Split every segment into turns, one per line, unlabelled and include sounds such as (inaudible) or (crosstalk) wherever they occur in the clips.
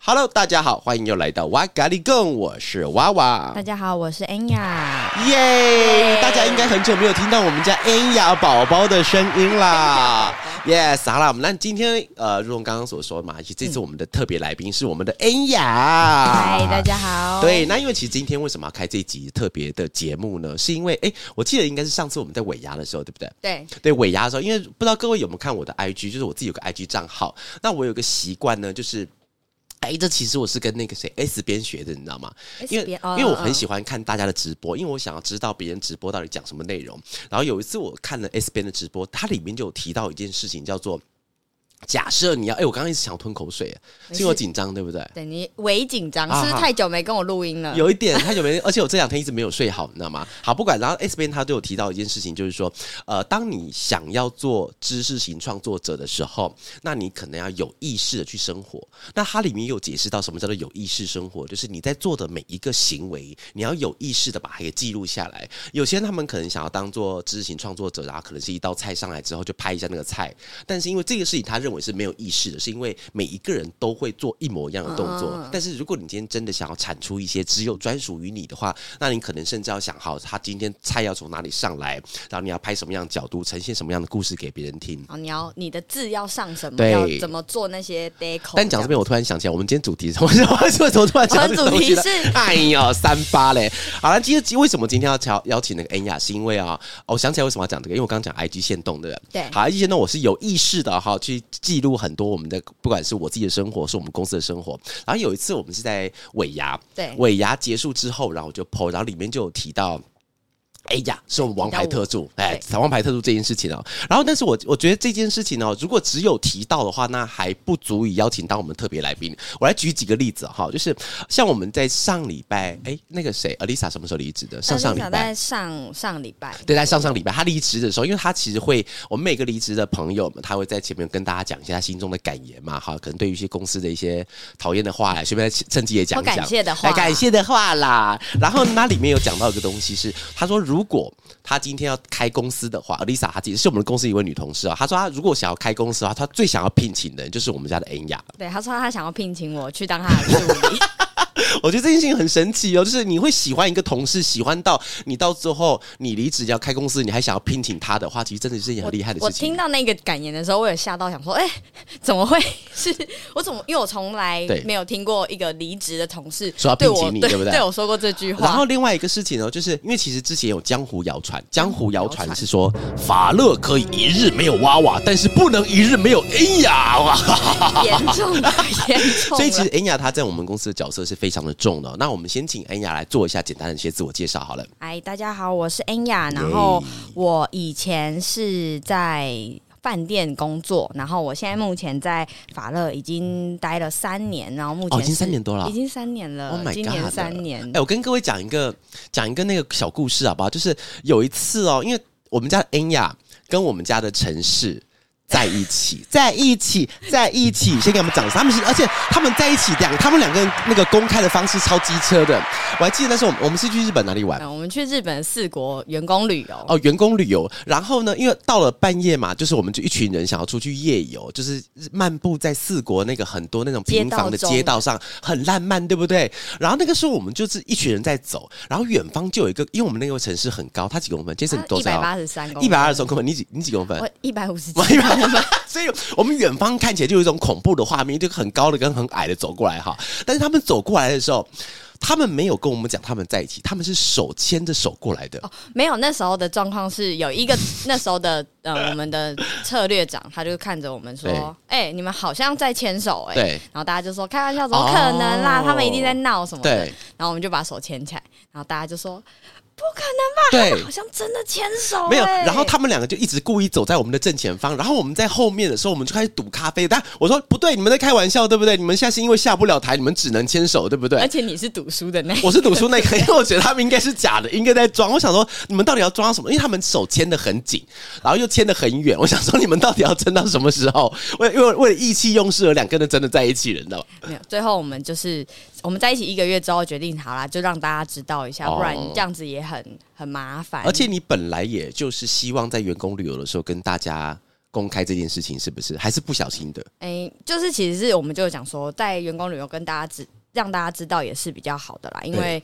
Hello，大家好，欢迎又来到哇咖喱贡，我是娃娃
大。家好，我是恩
啊
雅。
耶大家应该很久没有听到我们家恩雅宝宝的声音
(laughs)
啦。Yes，好啦，我们那今天呃，如同刚刚所说嘛，这次我们的特别来宾是我们的恩雅。
嗨，大。家好。
对，，那因为其实今天为什么要开这一集特别的节目呢？是因为哎，我记得应该是上次我们在尾牙的时候，对不对？
对，
对尾牙的时候，因为不知道各位有没有看我的 IG，就是我自己有个 IG 账号。那我有个习惯呢，就是。哎，这其实我是跟那个谁 S 边学的，你知道吗？因为因为
嗯哦
我很喜欢看大家的直播，因为我想要知道别人直播到底讲什么内容。然后有一次我看了 S 边的直播，它里面就有提到一件事情，叫做假设你要，哎，我刚刚一直想吞口水，是
没事
因为我紧张，对不对？
对你微紧张，
啊
是不是太久没跟我录音了？
有一点太久没，而且我这两天一直没有睡好，你知道吗？好，不管，然后 S 边他都有提到一件事情，就是说，呃，当你想要做知识型创作者的时候，那你可能要有意识的去生活。那它里面有解释到什么叫做有意识生活，就是你在做的每一个行为，你要有意识的把它给记录下来。有些人他们可能想要当做知识型创作者，然后可能是一道菜上来之后就拍一下那个菜，但是因为这个事情他认为是没有意识的，是因为每一个人都会做一模一样的动作，
嗯
但是如果你今天真的想要产出一些只有专属于你的话，那你可能甚至要想好，他今天菜要从哪里上来，然后你要拍什么样的角度，呈现什么样的故事给别人听。
好，哦你要你的字要上什么？
对
要怎么做那些 deco？
但讲这边，我突然想起来，我们今天主题是什么？ (laughs) 我是为什么突然讲到这个
我们
东
主
西
题
呢
是
哎呦三八嘞！好了，今天为什么今天要邀邀请那个恩雅，是因为啊、哦我想起来为什么要讲这个，因为我刚刚讲 IG 限动的，
对
好，IG 限动我是有意识的哈，去记录很多我们的，不管是我自己的生活，是我们公司的生活。然后有一次我们是在尾牙，
对
尾牙结束之后，然后我就 PO，然后里面就有提到。哎呀，是我们王牌特助，哎，王牌特助这件事情哦。然后，但是我我觉得这件事情哦，如果只有提到的话，那还不足以邀请到我们特别来宾。我来举几个例子哈、就是像我们在上礼拜，哎，那个谁，Alisa 什么时候离职的？上上礼
但是想
拜
在。上上礼拜，
对，在上上礼拜他离职的时候，因为他其实会，我们每个离职的朋友们，他会在前面跟大家讲一下他心中的感言嘛，哈，可能对于一些公司的一些讨厌的话，顺便趁机也讲一讲
或感谢的话
哎感谢的话啦。然后呢它里面有讲到一个东西是，他说如果他今天要开公司的话，Lisa 她自己是我们公司一位女同事啊，她说她如果想要开公司的话，她最想要聘请的人就是我们家的恩雅。
对，他说他想要聘请我去当他的助
(laughs)
理，
(laughs) 我觉得这件事情很神奇哦，就是你会喜欢一个同事，喜欢到你到最后你离职要开公司，你还想要聘请他的话，其实真的是一件很厉害的
我
事
听
情。
到那个感言的时候，我有吓到，想说，哎、怎么会是？我怎么？因为我从来
对
没有听过一个离职的同事
说要聘
对
请
我
你
对
对不对
我说过这句话。
然后另外一个事情呢，就是因为其实之前有江湖谣传，江湖谣传
谣传
是说法乐可以一日没有娃娃，但是不能一日没有恩雅哇。
严重了，严重了。
(laughs) 所以其实恩雅她在我们公司的角色是非常的重的哦。那我们先请恩雅来做一下简单的一些自我介绍好了。
嗨，大家好，我是恩雅。然后我以前是在饭店工作，然后我现在目前在法乐已经待了三年，然后目前
哦已经
是
三年多了啊
已经三年了
Oh my
今年
God
三年
哎、。我跟各位讲一个讲一个那个小故事好不好？就是有一次哦，因为我们家的恩雅跟我们家的城市。在一起，在一起，在一起！先给他们掌声。他们是，而且他们在一起两，他们两个人那个公开的方式超机车的。我还记得那时候我们我们是去日本哪里玩？
嗯，我们去日本四国员工旅游，
哦，员工旅游。然后呢，因为到了半夜嘛，就是我们就一群人想要出去夜游，就是漫步在四国那个很多那种平房的
街道中
街道上，很烂漫，对不对？然后那个时候我们就是一群人在走，然后远方就有一个，因为我们那个城市很高，它几公分？Jason 你多
啊一百
少？
八十三公
啊一
分，
百二十公分，你几你几公分？
我一百五十
(laughs)
几
我。一百公分，所以我们远方看起来就有一种恐怖的画面，就很高的跟很矮的走过来哈。但是他们走过来的时候，他们没有跟我们讲他们在一起，他们是手牵着手过来的。
哦没有，那时候的状况是有一
(laughs)
个那时候的呃，我们的策略长他就看着我们说
对：“
哎、你们好像在牵手哎、
对
然后大家就说：“开玩笑，怎么可能啦？啊
哦
他们一定在闹什么的。
对”
然后我们就把手牵起来，然后大家就说：“不可能吧？
对
他们好像真的牵手、欸，
没有，然后他们两个就一直故意走在我们的正前方，然后我们在后面的时候，我们就开始赌咖啡。但我说不对，你们在开玩笑，对不对？你们现在是因为下不了台，你们只能牵手，对不对
而？且你是读书的那一
我是赌输那个，因为我觉得他们应该是假的，应该在装。我想说，你们到底要装到什么？因为他们手牵的很紧，然后又牵的很远。我想说，你们到底要撑到什么时候？为因为为了意气用事而两个人真的在一起了，你知道吗？
没有，最后我们就是我们在一起一个月之后决定好啦，就让大家知道一下，
哦
不然这样子也很很麻烦。
而且你本来也就是希望在员工旅游的时候跟大家公开这件事情，是不是？还是不小心的？
哎、就是其实是我们就讲说，在员工旅游跟大家知让大家知道也是比较好的啦，因为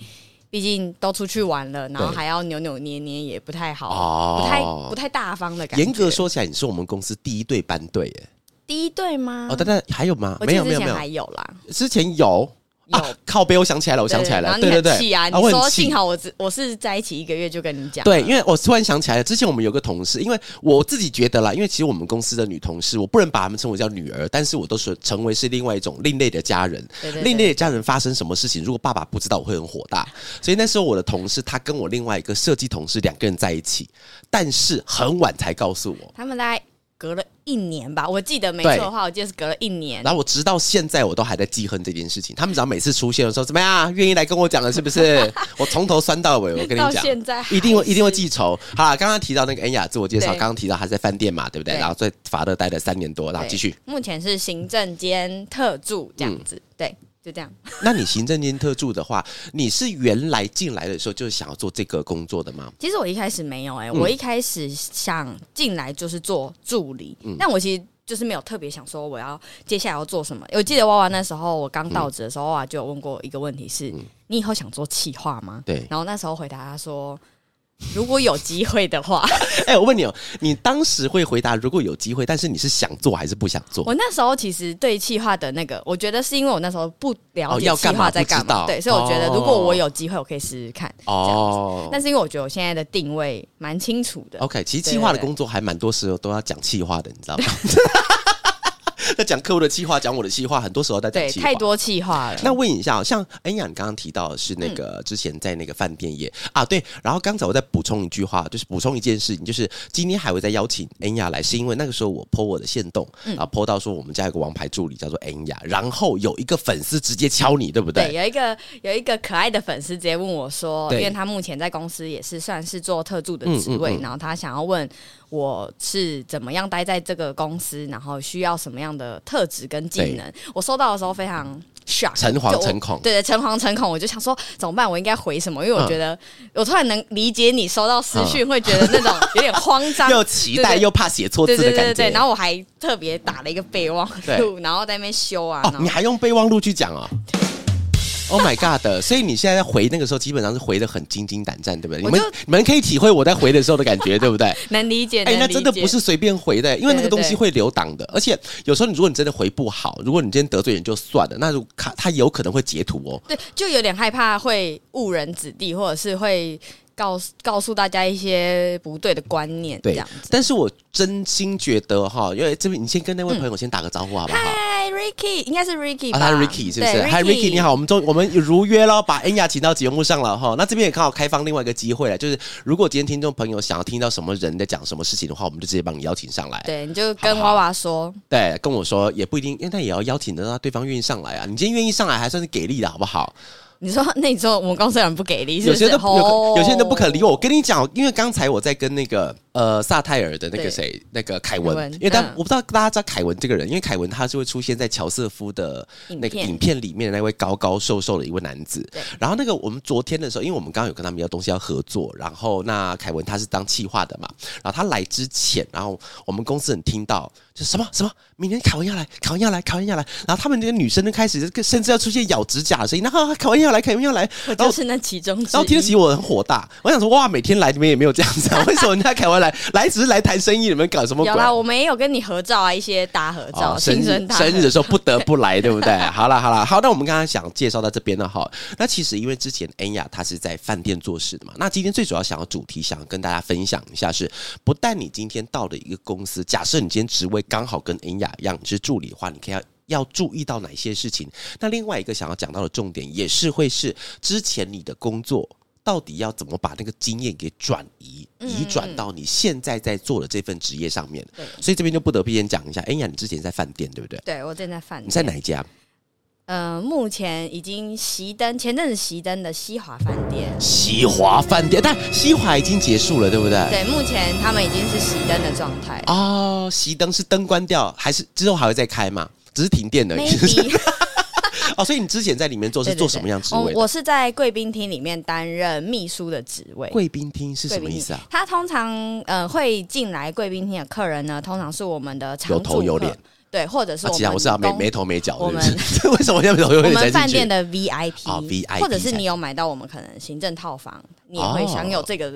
毕竟都出去玩了，然后
对
还要扭扭捏捏也不太好，
哦
不太不太大方的感觉。
严格，说起来，你是我们公司第一队班队耶。
第一对吗？
哦，但但还有吗？
嗯我
没
记
有
得
没
之
有没
前还
有，
有啦，
之前有
有
啊，靠背，我想起来了，我想起来
然
了，
后你
对对
很
对，
气啊，
我
你
很
说
气
幸好我只我是在一起一个月就跟你讲，
对，因为我突然想起来了，之前我们有个同事，因为我自己觉得啦，因为其实我们公司的女同事，我不能把她们称为叫女儿，但是我都是成为是另外一种另类的家人。
对对对
另类的家人发生什么事情，如果爸爸不知道，我会很火
(laughs)
大。所以那时候我的同事，他跟我另外一个设计同事两个人在一起，但是很晚才告诉我。
他们大概隔了一年吧，我记得没错的话，我记得是隔了一年。
然后我直到现在，我都还在记恨这件事情。他们只要每次出现的时候，怎么样，愿意来跟我讲了是不
(laughs)
是？我从头酸到尾，我跟你
到
讲，
现在还
一定会
是
一定会记仇。好啦，刚刚提到那个恩雅自我介绍，
对
刚刚提到她在饭店嘛，对不对？
对
然后在法乐待了三年多，然后
对
继续。嗯
目前是行政兼特助这样子，对，就这样。
那你行政兼特助的话，你是原来进来的时候就是想要做这个工作的吗？
其实我一开始没有哎、
嗯
我一开始想进来就是做助理，
嗯
但我其实。就是没有特别想说我要接下来要做什么。我记得娃娃那时候我刚到职的时候，娃娃就有问过一个问题是：你以后想做企划吗？
嗯对
然后那时候回答他说：如果有机会的
(laughs)
话，
哎、我问你哦，你当时会回答如果有机会，但是你是想做还是不想做？
我那时候其实对企划的那个，我觉得是因为我那时候不了
哦
解
要
企
干嘛
划在
不知
干嘛，
道
对，所以我觉得如果
哦
我有机会，我可以试试看。
哦
但是因为我觉得我现在的定位蛮清楚的，
，OK，其实
对
企划的
对对
工作还蛮多时候都要讲企划的，你知
(laughs)
道吗？在讲客户的企划，讲我的企划，很多时候在讲
对，
企划。
太多企划了。
那问一下哦，像恩雅，你刚刚提到的是那个
嗯
之前在那个饭店业、啊，对。然后刚才我再补充一句话，就是补充一件事情，就是今天还会再邀请恩雅来，是因为那个时候我 PO 我的线动、
嗯
啊，PO 到说我们家有个王牌助理叫做恩雅，然后有一个粉丝直接敲你，对不对？
对，有一个有一个可爱的粉丝直接问我说，
对
因为他目前在公司也是算是做特助的
嗯
职
嗯
位，
嗯
然后他想要问我是怎么样待在这个公司，然后需要什么样的特质跟技能。我收到的时候非常 shock，
诚惶
就我
诚恐嗯
对对，诚惶诚恐。我就想说怎么办，我应该回什么？因为我觉得、我突然能理解你收到私讯、会觉得那种有点慌
(laughs)
张，
又期待
对对
又怕写错字
对
的
对
感觉。
对对，然后我还特别打了一个备忘
对
录，然后在那边修啊，
哦
然，后
你还用备忘录去讲哦。Oh my god！所以你现在在回那个时候，基本上是回的很惊惊胆战，对不对？你
我
们
就
你们可以体会我在回的时候的感觉，对不对？
(laughs) 能理解，
哎、
能
那
理
真的
解
不是随便回的、因为那个
对对
东西
对
会留档的，而且有时候你如果你真的回不好，如果你今天得罪人就算了，那如他他有可能会截图哦。
对，就有点害怕会误人子弟，或者是会告诉告诉大家一些不对的观念，这
对
样子。
但是我真心觉得哈，因为这边你先跟那位朋友先打个招呼好不好？
嗨，Ricky，应该是 Ricky 吧？
啊，他是 Ricky 是不是？
对
嗨，Ricky 你。好，我们终我们如约喽，把恩雅请到节目上了哈。那这边也刚好开放另外一个机会了，就是如果今天听众朋友想要听到什么人在讲什么事情的话，我们就直接帮你邀请上来。
对，你就跟
好不好
娃娃说，
对，跟我说也不一定，因为那也要邀请得到对方愿意上来啊。你今天愿意上来还算是给力的好不好？
你说那你说我们公司的人不给力，是
有
不是
些都有
哦
有些人都不肯理我。我跟你讲，因为刚才我在跟那个呃萨泰尔的那个
对
谁，那个凯
凯
文
文，
因为但
嗯
我不知道大家知道凯文这个人，因为凯文他是会出现在乔瑟夫的那
影
个
片
影片里面的那位高高瘦瘦的一位男子
对。
然后那个我们昨天的时候，因为我们刚刚有跟他们要东西要合作，然后那凯文他是当企划的嘛，然后他来之前，然后我们公司人听到就什么什么，明天凯文要来，凯文要来，凯文要来，然后他们那个女生就开始甚至要出现咬指甲的声音，然后啊凯文要来，凯文要来，
我
然后
就是那其中之
然后听得
一。
起我很火大，我想说哇，每天来你们也没有这样子
(laughs)
啊？为什么人家凯文来来只是来谈生意，你们搞什么鬼
有？啦，我们也有跟你合照啊，一些大合照，
哦生
亲
日
生大合
生日的时候不得不来，对不
(laughs)
对？好啦好啦，好，那我们刚刚想介绍到这边了哈。那其实因为之前恩雅她是在饭店做事的嘛，那今天最主要想要主题想要跟大家分享一下是，不但你今天到了一个公司，假设你今天职位刚好跟恩雅一样，你是助理的话，你可以要。要注意到哪些事情？那另外一个想要讲到的重点，也是会是之前你的工作到底要怎么把那个经验给转移，
嗯
移转到你现在在做的这份职业上面。
对
所以这边就不得不先讲一下，哎呀，你之前在饭店对不对？
对我正在饭
你
店，
在哪一家？
呃，目前已经熄灯，前阵子熄灯的西华饭店，
西华饭店，但西华已经结束了，对不对？
对，目前他们已经是熄灯的状态。
哦，熄灯是灯关掉，还是之后还会再开吗？只是停电而已。
maybe
(laughs) 哦，所以你之前在里面做是
对对
做
对
什么样职
哦
位的？
我是在贵宾厅里面担任秘书的职位。
贵宾厅是什么意思啊？
他通常呃会进来贵宾厅的客人呢，通常是我们的常
有
驻
头有
客
脸，
对，或者是
啊，
我们
其他我是要没
公
没头没脚
我
的，
们
是不是？ (laughs) 为什么要没头没
我
脚才
们
进
饭店
去？
的 VIP，,、
哦，VIP
或者是你有买到我们可能行政套房，你也会享有这个、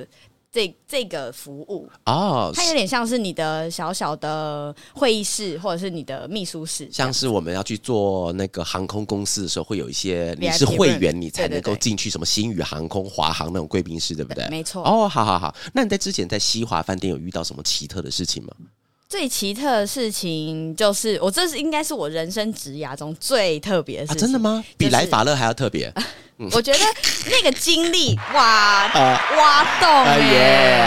这这个服务。
哦，
它有点像是你的小小的会议室，或者是你的秘书室这
像
样。
是我们要去做那个航空公司的时候，会有一些你
VIP
是会
room，
员，你才
对对
能够
对
进去什么星宇航空、华航那种贵宾室，对不对？
没错。
哦，好好好。那你在之前在西华饭店有遇到什么奇特的事情吗？
最奇特的事情就是，我这是应该是我人生职涯中最特别的
啊，
事情。
真的吗？比
就是
莱法勒还要特别
我觉得那个经历，哇，
啊！
挖洞
哎
哎、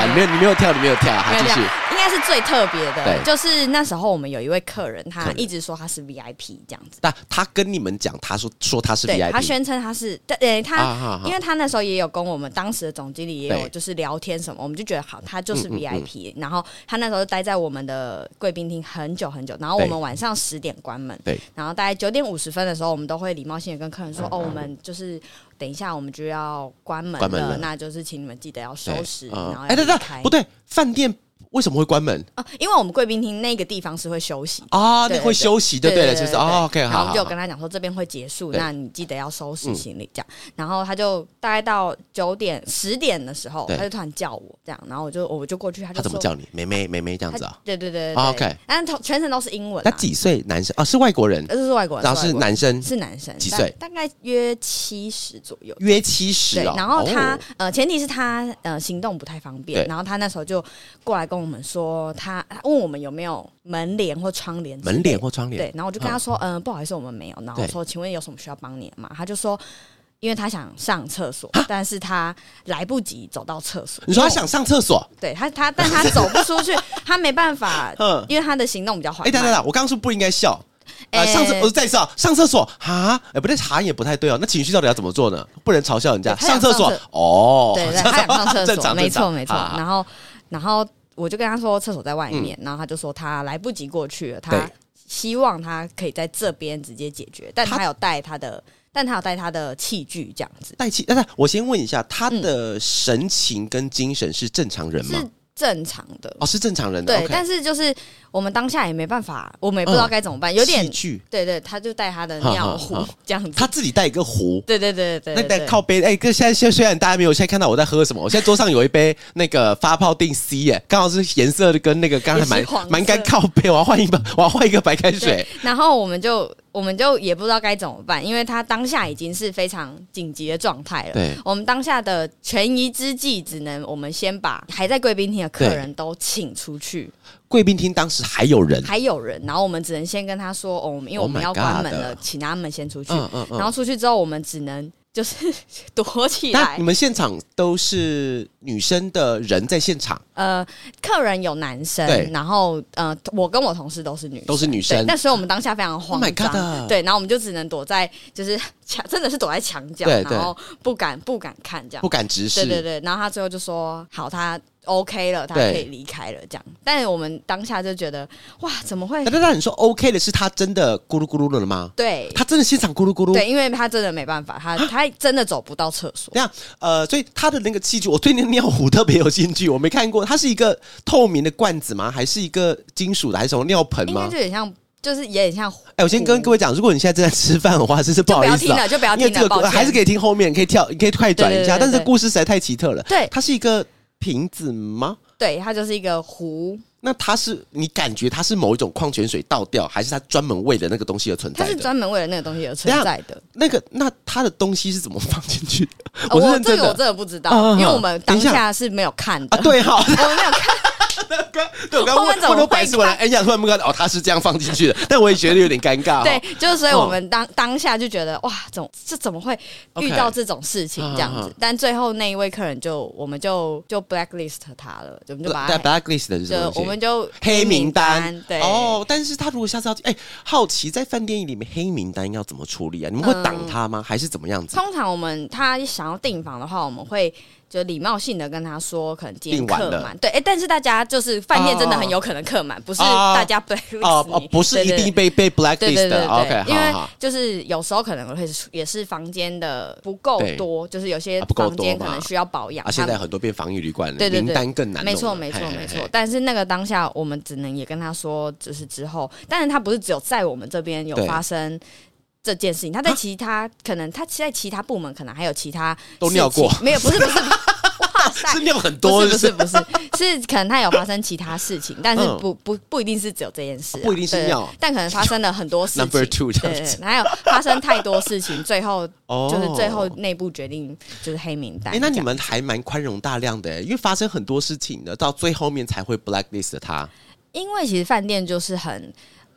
耶，没有，你没有跳，你没有跳，好，
没有
继
没有
续。
应该是最特别的
对，
就是那时候我们有一位客人，
客
他
人
一直说他是 VIP 这样子，
但他跟你们讲，他说说他是
对
VIP，
他宣称他是，对，呃他、
啊好好
因为他那时候也有跟我们当时的总经理也有
对
就是聊天什么，我们就觉得好，他就是
嗯嗯嗯
VIP、然后他那时候待在我们的贵宾厅很久很久，然后我
对
们晚上十点关门，
对，
然后大概九点五十分的时候，我们都会礼貌性的跟客人说，哦，我们就是等一下我们就要关门了，
关门了
那就是请你们记得要收
对
拾，
嗯
然后
哎，
要
等
离
等
开，
不。对，饭店为什么会关门
哦，因为我们贵宾厅那个地方是会休息的
啊？
对
那会
对
休息就对了，就是哦，OK，
然后我
好
们
好
就有
好
跟他讲说这边会结束，
对
那你记得要收拾行李这样。然后他就大概到九点十点的时候，
对
他就突然叫我这样，然后我就我就过去，他
他
就
怎么
说
叫你？妹妹妹妹这样
他
子啊？
对对对对
哦
对
，OK
但是全程都是英文啊。
他几岁？男生啊，是外国人，
呃？这是外国人，
然后是
外国人
男生，
是男生，
几
大
岁
大概约七十左右。
约七十
对，
哦。
然后他、
哦
呃，前提是他呃行动不太方便
对，
然后他那时候就过来跟我们说，他他问我们有没有门帘或窗帘之类的，
门帘或窗帘，
对，然后我就跟他说，嗯、不好意思，我们没有。然后我说，请问有什么需要帮你的吗？他就说，因为他想上厕所，但是他来不及走到厕所。
你说他想上厕所？
对他，他但他走不出去，他没办法，
(laughs) 嗯，
因为他的行动比较缓
哎，等等
慢。
等，我刚刚说不应该笑。呃，
哎
上厕，我再次啊，上厕所哈，哎，不对，哈也不太对哦。那情绪到底要怎么做呢？不能嘲笑人家。
对他
上
想
厕所
上厕
哦，
对对，他想上厕
(laughs) 正
所，
常，
没
正
错
常
没错。
好好嗯
然后，然后我就跟他说厕所在外面，然后他就说他来不及过去了，他
对
希望他可以在这边直接解决，但
他
他有带他的，但他有带他的器具这样子。
带气，但是我先问一下，他的神情跟精神是正常人吗？
嗯是正常的，
哦，是正常人的。
对
OK
但是就是我们当下也没办法，我们也不知道该怎么办，有点
戏剧，
对对，他就带他的
嗯哈
尿
哈
壶
哈
这样子
他，自己带一个壶。
对对对对
那
对
个
对，
靠杯，哎、哥，现在现在虽然大家没有现在看到我在喝
(laughs)
什么，我现在桌上有一杯那个发泡定 C 耶，刚好是颜色跟那个刚才
也是黄
蛮
色
蛮干靠杯，我要换一个，我要换一个白开水
对。，然后我们就我们就也不知道该怎么办，因为他当下已经是非常紧急的状态了。
对
我们当下的权宜之计，只能我们先把还在贵宾厅的客
对
人都请出去，
贵宾厅当时还有人，
还有人，然后我们只能先跟他说，哦，我们因为我
Oh
们
my
要关门
God
了，请他们先出去。
嗯嗯
然后。出去之后，我们只能就是 (laughs) 躲起
那
来
你。们现场都是女生的人在现场，
呃，客人有男生
对，
然后呃，我跟我同事都是女生，
都是女
对
生，
但所以我们当下非常慌
Oh my
张
God
对，然后我们就只能躲在就是墙，真的是躲在墙角，
对对
然后不敢不敢看这样
不，敢直视。
对对对，然后他最后就说好，他 OK 了，他
对
可以离开了这样，但是我们当下就觉得哇，怎么会
那？那那你说 OK 的是他真的咕噜咕噜了吗？
对
他真的现场咕噜咕噜。
对，因为他真的没办法，他他真的走不到厕所，
这样，呃，所以他的那个器具，我对那个尿壶特别有兴趣，我没看过，它是一个透明的罐子吗？还是一个金属的，还是什么尿盆
应该
吗
就？有点像，就是有点像。
哎、我先跟各位讲，如果你现在正在吃饭的话，真是不
就
好
不要
意思
听
啊
了，，就不要
因为
听
这
了，抱
个
歉。
还是可以听后面，你可以跳，你可以快转一下，
对对对对
但是这故事实在太奇特了。
对
它是一个瓶子吗？
对，它就是一个壶，
那它是你感觉它是某一种矿泉水倒掉，还是它专门为了那个东西而存
它
在
是
的？
专门为了那个东西而存在的。
那个那它的东西是怎么放进
(laughs)
去的？ (laughs)
呃
是
我
认
这
真
个我
的
真的不知道
啊啊啊，
因为我们
等
当
一下
(laughs) 下是没有看
啊，
的，
对哈，
(laughs) 我们没有看，
对我刚
后
问
面怎
问
么
我
会
百事文来，哎呀，突然不知道哦，他是这样放进去的，但我也觉得有点尴尬、哦。
对，，就是所以
哦
我们当、当下就觉得哇，怎么这怎么会
OK
遇到这种事情这样子？
啊啊啊
但最后那一位客人就我们就就 blacklist 他了，我们就把
在
他
blacklist 的是什么
就
东西？
我们就
黑名单
对
哦，但是他如果下次要哎、好奇在饭店里面黑名单要怎么处理啊？你们会挡他吗？还是怎么样子？
嗯通常我们他想要订房的话，我们会就礼貌性的跟他说，可能今天
订完
客
了啊
满。对，哎、但是大家就是饭店真的很有可能客满，不是大家 b l a c
哦哦，不是一定被被
对
blacklist
对对对
的。OK，哦
因
好
为
好。
就是有时候可能会是也是房间的不够
对
多，就是有些
啊不够
房间
多
可
嘛
能需要保养。
啊，现
他
在
们
很多变防疫旅馆了，
对对对
名单更难弄了。
没错，没错，
嘿
没错。。但是那个当下，我们只能也跟他说，就是之后，但是他不是只有在我们这边有
对
发生这件事情，他在
啊
其他可能他在其他部门可能还有其他
都
事
尿
情
过，
没有，不是不是，
嘿
哇
嘿
塞
是。料很
不
多，
是不
就是
不是，是可能他有发生其他事情，但是
嗯
不不不一定是只有这件事啊、
不一定是
对
尿
但可能发生了很多事情。
Number two 这
对，
样子
对对还有发生太多事情，最后
(laughs) 哦
就是最后内部决定就是黑名单
哎、
这样。
那你们还蛮宽容大量的、因为发生很多事情的，到最后面才会 blacklist 他。
因为其实饭店就是很，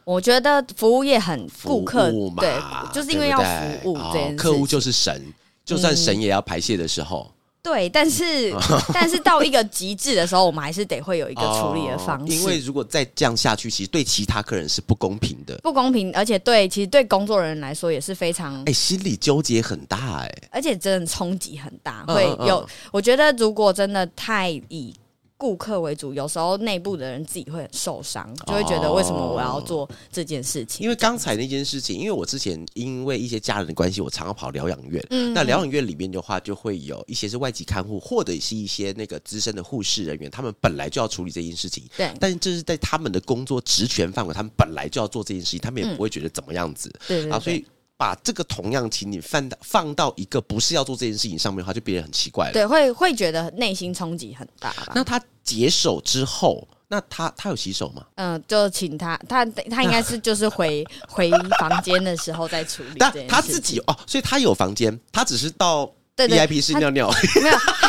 我觉得服务业很顾客
服务嘛，
对，就是因为要
对不
服
对
务这件
哦
事情，
客户就是神，就算神也要排泄的时候，
对，但是
(laughs)
但是到一个极致的时候，我们还是得会嗯有一
一
个处理的方式，
哦因为如果再这样下去，其实对其他客人是不公平的。
不公平，而且对其实对工作人员来说也是非常
哎、心理纠结很大哎、
而且真的冲击很大，
嗯
会
嗯嗯
有。我觉得如果真的太以顾客为主，有时候内部的人自己会很受伤，就会觉得为什么我要做这件事情？
哦因为刚才那件事情，因为我之前因为一些家人的关系，我常常跑疗养院。
嗯
那疗养院里面的话，就会有一些是外籍看护，或者是一些那个资深的护士人员，他们本来就要处理这件事情。
对
但是这是在他们的工作职权范围，他们本来就要做这件事情，他们也不会觉得怎么样子、
对嗯对
啊。
对，
所以把这个同样情景放到放到一个不是要做这件事情上面的话，就变得很奇怪了。
对会会觉得内心冲击很大吧。
那他解手之后，那他他有洗手吗？
嗯，就请他，他他应该是就
(laughs)
是回回房间的时候再处理这
但
件事。
他自己哦，所以他有房间，他只是到
对对
VIP 室尿尿。
(laughs) 没有
(laughs)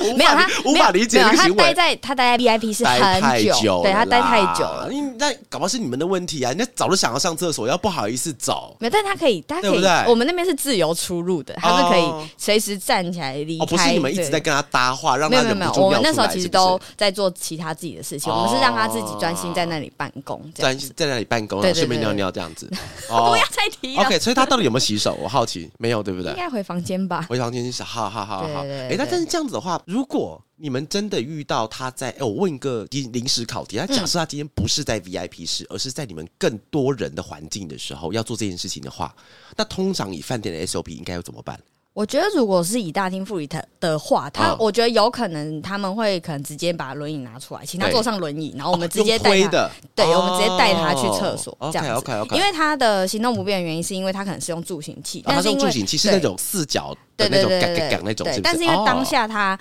无
没有
法
他
理无法理解这
没有
个
他
行
待
为。
在他待在 VIP 是很
太
对
了
他
啦
待太久了，
因为那搞不好是你们的问题啊！人家早就想要上厕所，要不好意思走。
没有，但他可以，他可
对
以
不对，
我们那边是自由出入的，他是可
哦
以随时站起来离
哦，不是
开。
你们一直在
对。
跟他搭话，让
没
他
有没有
忍不
没有，
住
我们
尿
那
出
时候
来
其
是
实
不
都
是
在做其他自己的事情，我们是让他自己专心在那里办公，这样
专
子。
心在那里办公，
对对
顺便
对
尿
对
尿这样子。
(laughs) 不
哦
要再提了，
，OK，所以他到底有没有洗手？我好奇，没有对不对
应？该回房间吧？
回房间去洗，好好好好。
对对对
哎，那
对
但是这样子的话，如果你们真的遇到他在，哎，我问一个临临时考题，他假设他今天不是在 VIP 室，而是在你们更多人的环境的时候要做这件事情的话，那通常以饭店的 SOP 应该要怎么办？
我觉得如果是以大厅副理的的话，他、
嗯
我觉得有可能他们会可能直接把轮椅拿出来，请他
对
坐上轮椅，然后我们
哦
直接
用
带
推
他，
的，哦
对，我们直接带他去厕所、这样子。
OK OK OK，
因为他的行动不便的原因，是因为他可能是用助行器，但
他
是
是
因
用
为
助行器是那种四角的
对
那
对
种
对
嘎
对
嘎嘎
对
那种，
对
是不
但是因为当
哦
下他、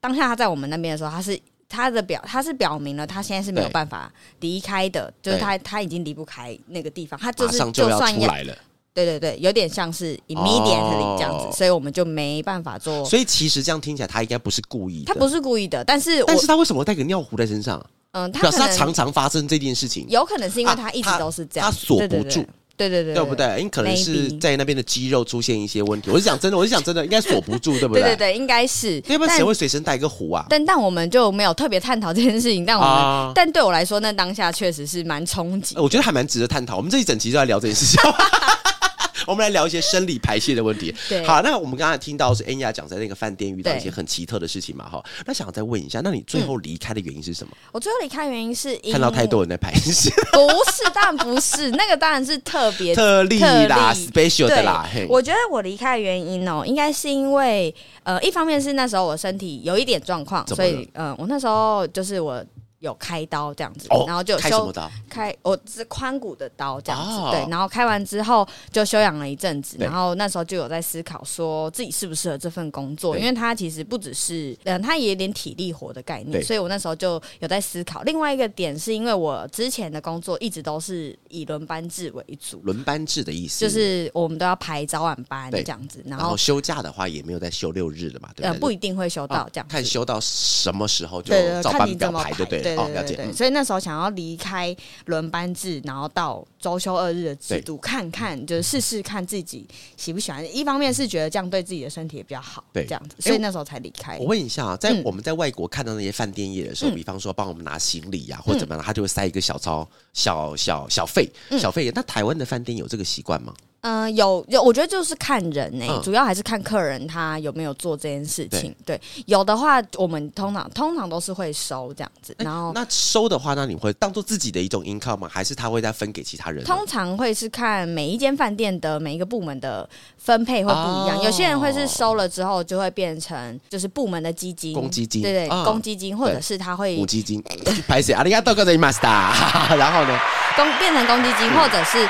当下他在我们那边的时候，他是他的表他是表明了他现在是没有
对
办法离开的，就是
对
他他已经离不开那个地方，他就
马
是
上就要
算
出来了。
对对对，有点像是 immediately 这样子，
哦
所以我们就没办法做。
所以其实这样听起来，他应该不是故意的。
他不是故意的，但是我
但是他为什么带个尿壶在身上？啊
嗯，他
表
可
示他
能
常常发生这件事情，
有可能是因为
啊
他一直
他
都是这样，
他锁
对
不
对
住，
对对对，
对不对？因为可能是
Maybe
在那边的肌肉出现一些问题。我是讲真的，我是讲真的，应该锁不住，对不
对对
对？
对，应该是。
要不然
但
谁会随身带一个壶啊？
但但我们就没有特别探讨这件事情，但我们、
啊
但对我来说，那当下确实是蛮冲击
呃。我觉得还蛮值得探讨。我们这一整集就在聊这件事
(laughs)
情。我们来聊一些生理排泄的问题。
对
好，那我们刚才听到是恩雅讲在那个饭店遇到
对
一些很奇特的事情嘛，哈。那想再问一下，那你最后离开的原因是什么？
我最后离开原因是因为
看到太多人在排
(laughs)
泄，
不是，当然不是，那个当然是特别
(laughs) 特例啦
特例
，special 的啦，嘿
对，，我觉得我离开的原因哦、应该是因为呃，一方面是那时候我身体有一点状况，
怎么
所
了
以呃，我那时候就是我有开刀这样子，
哦
然后就
开什
休
么刀？
开我是髋骨的刀这样子，
哦
对，然后开完之后就休养了一阵子，
对
然后那时候就有在思考说自己适不适合这份工作，
对
因为它其实不只是嗯、呃，它也有点体力活的概
对
念，所以我那时候就有在思考。另外一个点是因为我之前的工作一直都是以轮班制为主。
轮班制的意思
就是我们都要排早晚班
对
这样子，然
然
后
后休假的话也没有在休六日了嘛，对啊
呃
不对？
不一定会休到这样
看
子。
休到什么时候就
对对，
照
看
班
你
表
怎么
排就
对
对
对
哦，
对
了
对
解
对，对，所以那时候想要离开轮班制，然后到周休二日的制度，看看就是试试看自己喜不喜欢。一方面是觉得这样对自己的身体也比较好，
对
这样子，
哎
所以那时候才离开
我。问一下啊，在
嗯
我们在外国看到那些饭店业的时候，比方说帮我们拿行李呀、啊或怎么样，他就会塞一个小钞、小小小费、小费。那台湾的饭店有这个习惯吗？
嗯、有有，我觉得就是看人呢、
嗯
主要还是看客人他有没有做这件事情。对，有的话我们通常通常都是会收这样子，然后
那收的话，那你会当做自己的一种 income 吗？还是他会再分给其他人呢？
通常会是看每一间饭店的每一个部门的分配会不一样，
哦
有些人会是收了之后就会变成就是部门的基金，
公积金
对对，
啊
公积金，或者是他会
母基金，拍谁？阿里亚多哥的 master。然 (laughs) 后呢？
公变成公积
嗯
金，或者是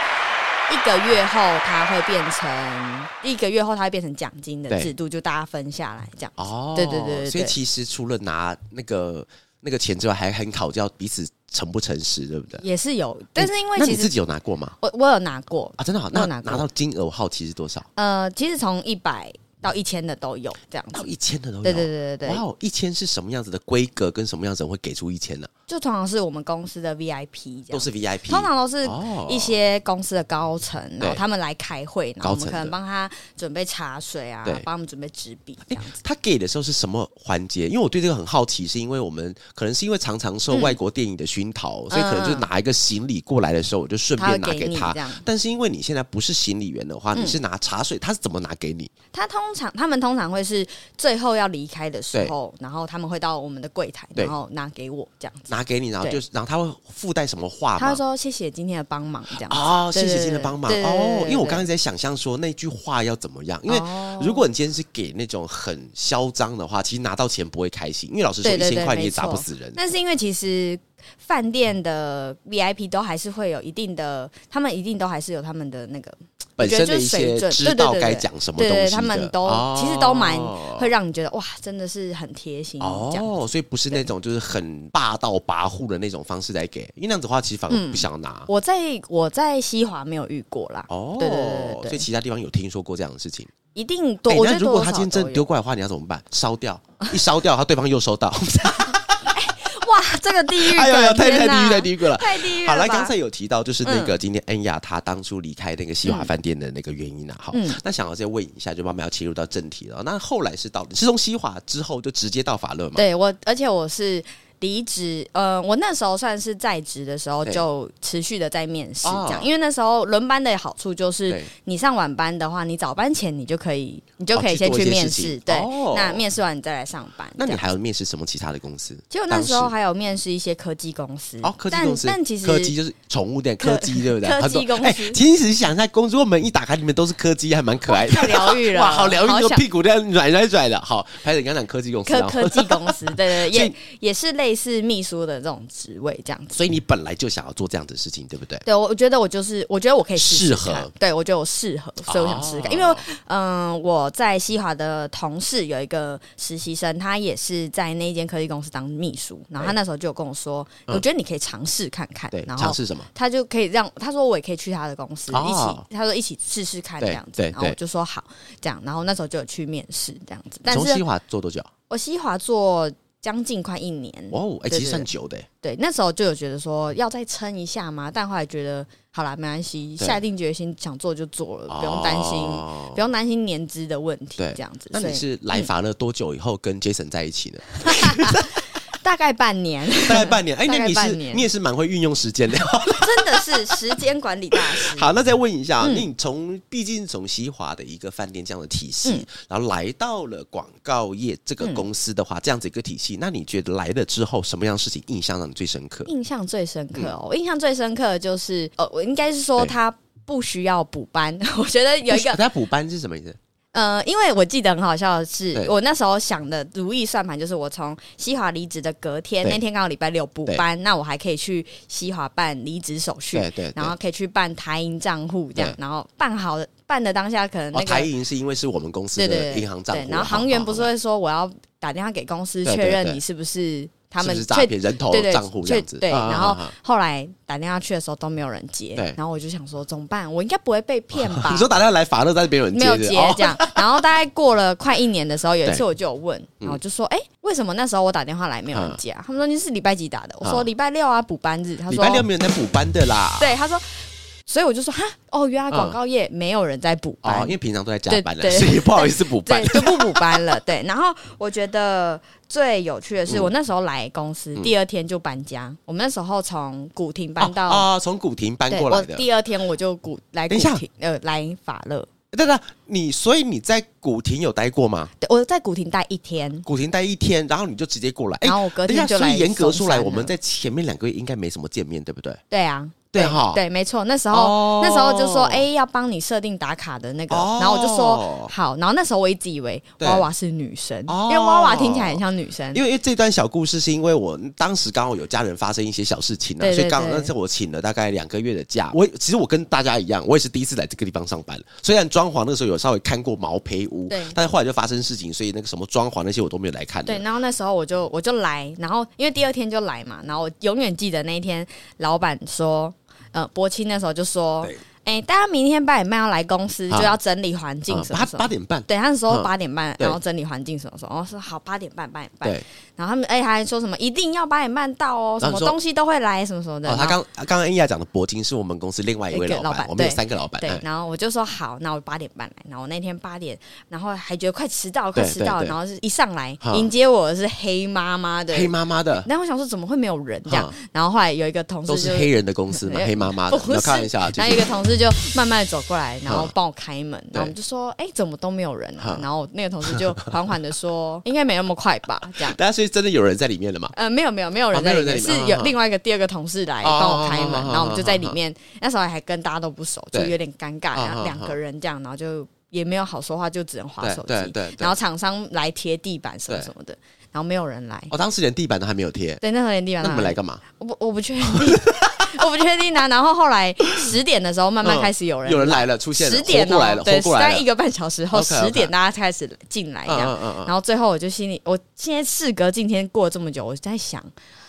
一个月后它会变成一个月后它会变成奖金的
对
制度，就大家分下来这样。
哦，
对对对对对
所以其实除了拿那个那个钱之外，还很考究彼此诚不诚实，对不对？
也是有，但是因为
哎那
其
你自
实
己有拿过吗？
我我有拿过，
啊，真的好，
我
那
有拿过
拿到金额我好奇是多少？
呃，其实从一百到一千的都有这样
到
子。
一千哦的都有。
嗯对对对对对
哇，哦，一千是什么样子的规格，跟什么样子人会给出一千呢？
就通常是我们公司的 VIP 这
都
样，
是 VIP，
嗯通常都是
哦
一些公司的高层，然
对
后他们来开会，然后我
高
们
层
可
的
能帮他准备茶水啊
对，哎
帮他们准备纸笔这
诶
样子。
他给的时候是什么环节？因为我对这个很好奇，是因为我们可能是因为常常
嗯
受外国电影的熏陶，所以可能就拿一个行李过来的时候，我就顺
嗯他会
便拿
给
给
你
他
这。样，嗯
但是因为你现在不是行李员的话，你是拿茶水，他是怎么拿给你？
他通常他们通常会是最后要离开的时候，然后他们会到我们的柜台，
对
然后拿给我这样子。
拿给你，然后
对
就是，然后他会附带什么话
他
吗
会？说谢谢今天的帮忙这样子。
哦，谢
对
谢今天的帮忙
对对对对
哦，
对
因为我刚刚在想象说那句话要怎么样，因为
哦
如果你今天是给那种很嚣张的话，其实拿到钱不会开心，因为老实说
对
一
对对
千块你也
没错
砸不死人，
但是因为其实饭店的 VIP 都还是会有一定的，他们一定都还是有他们的那个
本身
就
的
是
一
水
些
准
知
对对
道
对
该
对
讲什么
对
东西的，
对他们都
哦
其实都蛮会让你觉得哇，真的是很贴心这样。
哦，所以不是那种就是很霸道跋扈的那种方式来给，因为那样子的话其实反而
嗯
不想拿。
我在我在西华没有遇过啦，
哦，
对对对对对
所以其他地方有听说过这样的事情。
一定多。
诶
我觉
哎那
得
如果
多
他
少
今天真
都
的
有
丢过来的话，你要怎么办？烧掉，一烧
(laughs)
掉，他对方又收到。 (laughs)
哇，这个地狱梗，
哎呦，太太
天
地
哪嗯
狱，太地狱了。
太地狱
好
了吧。
了，刚才有提到就是那个今天恩雅她当初离开那个西华
嗯
饭店的那个原因啊，好，那想要再问一下，就慢慢要切入到正题了。那后来是到是从西华之后就直接到法乐嘛？
对我，而且我是离职，呃，我那时候算是在职的时候
对
就持续的在面试，
哦
这样，因为那时候轮班的好处就是
对，
你上晚班的话，你早班前你就可以，你就
哦
可以
去
先
做一
去
些
面
事情
试，对，
哦
那面试完你再来上班。
那
这
你
样
还有面试什么其他的公司？
结果那时
当
候
时
还有面试一些科技公司，
哦，科技
但
公司，
但其实
科技就是宠物店，科技对不对？
科
他说
技公司
哎其实想一下，公司我门一打开，里面都是科技，还蛮可爱的，
太疗愈了
哇，好疗愈，
好
那个
想
屁股这样软软软的。好，拍始你刚讲科技公司，
科
然后
科技公
(laughs)
司，对对对，
所以
也也是类似秘书的这种职位这样子。
所以你本来就想要做这样的事情，对不对？
对，我我觉得我就是，我觉得我可以试试
适合
看，对我觉得我适合，所以我想试试看。因为
哦
嗯、我在西华的同事有一个实习生，他也是在那一间科技公司当秘书，然后他那时候就有跟我说，我觉得你可以尝试看看，
嗯对，
然
尝
后。
试什么？
他就可以让他说我也可以去他的公司、
哦
一起，他说一起试试看
对
这样子，
对
然后我
对
就说好这样，然后那时候就有去面试这样子，但
从西
是
华做多久？
我西华做将近快一年，
哦，哎，
嗯对
其实
对
算久的。哎
对，那时候就有觉得说要再撑一下嘛，但后来觉得好啦，没关系，
对
下定决心想做就做了，不用担心，
哦
不用担心年资的问题，
对
这样子。
那
所
你
以嗯
是来法乐多久以后跟 Jason 在一起呢？
大概半年， (laughs)
大概半年。哎，
大
那
概
你是
半年
你也是蛮会运用时间的。
真的是时间管理大师。
好，那再问一
嗯
下，啊你从毕竟从西华的一个饭店这样的体系，
嗯
然后来到了广告业这个公司的话，这样子一个体系，那你觉得来了之后，什么样的事情印象让你最深刻？
印象最深刻哦，我印象最深刻的就是，呃，我应该是说
嗯对
他不需要补班， (laughs) 我觉得有一个
他补班是什么意思？
呃，因为我记得很好笑的是
对，
我那时候想的如意算盘就是，我从西华离职的隔天，
对
那天刚好礼拜六补班，那我还可以去西华办离职手续
对，对对
然后可以去办台银账户这样
对，
然后办好的办的当下，可能那
哦，台
个
银是因为是我们公司
对对
的
对
银行账户啊，
对，然后行员
好
不是
好好
会说我要打电话给公司
对对
确认
对
你是不是他们
是不是诈
确
骗人头
对对
账户这
确
样子，
对，
啊
然后
啊啊
后来打电话去的时候都没有人接
对，
然后我就想说怎么办？我应该不会被骗吧？
(laughs) 你说打电话来法乐，但是没有人
没有
接
接
哦 (laughs)
这样，然后大概过了快一年的时候，有一次
对嗯
我就有问，然后就说，哎，为什么那时候我打电话来没有人接啊？他们说你是礼拜几打的？我说
嗯
礼拜六啊，补班日。他
礼
说
拜六没有人在补班的啦，
对，他说，所以我就说哈，哦，原来广告业没有人在补
哦，
班
因，为平常都在加班了，
对对
所以不好意思补班
对，。就不补
(laughs)
班了。对，然后我觉得最有趣的是，
嗯
我那时候来公司
嗯
第二天就搬家，我们那时候从古亭搬
啊
到。
啊，从古亭搬
对，
过来
我
的。
第二天我就古来古
等一下
亭，呃，来法乐。
对对，你所以你在古亭有待过吗？
对我在古亭待一天，
古亭待一天，然后你就直接过来。哎
然，后我隔
等一下，
天就
所
来。
以严格说来，我们在前面两个月应该没什么见面，对不对？
对啊，
对哈
对，没错。那时候
哦
那时候就说，哎、要帮你设定打卡的那个，
哦
然后我就说好。然后那时候我一直以为
对
娃娃是女生，
哦
因为娃娃听起来很像女生。
因为因为这段小故事是因为我当时刚好有家人发生一些小事情啊，
对对
所以刚好
对
那次我请了大概两个月的假。我其实我跟大家一样，我也是第一次来这个地方上班。虽然装潢那个时候有稍微看过毛坯屋
对，
但是后来就发生事情，所以那个什么装潢那些我都没有来看的。
对，然后那时候我就我就来，然后因为第二天就来嘛，然后我永远记得那一天，老板说，呃，博清那时候就说
对，
哎、大家明天八点半要来公司，
啊
就要整理环境
啊
什么
八
什
八
么。
点半，
对，他那时候
嗯
八点半，
对
然后整理环境什么什么，我说好八点半八点半，
对，
然后他们哎、还说什么一定要八点半到哦，什
然后
么
说
东西都会来什么什么的。
哦，他
然后
刚刚刚恩雅讲的铂金是我们公司另外一位
一个
老
老
板
板，
我们有
对
三个老板，
对
哎，
然后我就说好，那我八点半来。然后我那天八点，然后还觉得快迟到了，
对
快迟到了。
对对
然后是一上来
哈
迎接我的是黑妈妈的，
黑妈妈的，
然后我想说怎么会没有人这样
哈？
然后后来有一个同事
都
就是
黑人的公司嘛，
对
黑妈妈的，
不
没有
是
开玩笑啊，就
然后有一
是
个同事就慢慢地走过来，然后
哈
帮我开门，然后我们就说：“哎，怎么都没有人啊？”然后那个同事就缓缓的说：“应该没那么快吧？”这样。
大家所以真的有人在里面了嘛？
呃，没有没有没有人
啊没
在
有
里
人
面，
在里面
是
啊
有
啊
另外一个第二个同事来帮我开门，
啊啊啊啊
然后我们就在里面，那时候还跟大家都不熟，就
对
有点尴
啊
尬，
啊啊
然后两个人这样，然后就也没有好说话，就只能划
对
手
对
机，
对对
然。后厂商来贴地板什么
对
什么的，然后没有人来，
我当时连地板都还没有贴，
对，那时候连地板
那
都
你
还
们
没
来干嘛？
我不我不确定， (laughs) 我不确定啊。然后后来十点的时候，慢慢开始有人，
哦有人来了，出现了，
十点
活过来了，
哦，对，
活过
大
来
概
了
一。个半小时后，
OK，OK
十点大家开始进来这样。
嗯
然后最后我就心里，我现在事隔今天过了这么久，我在想，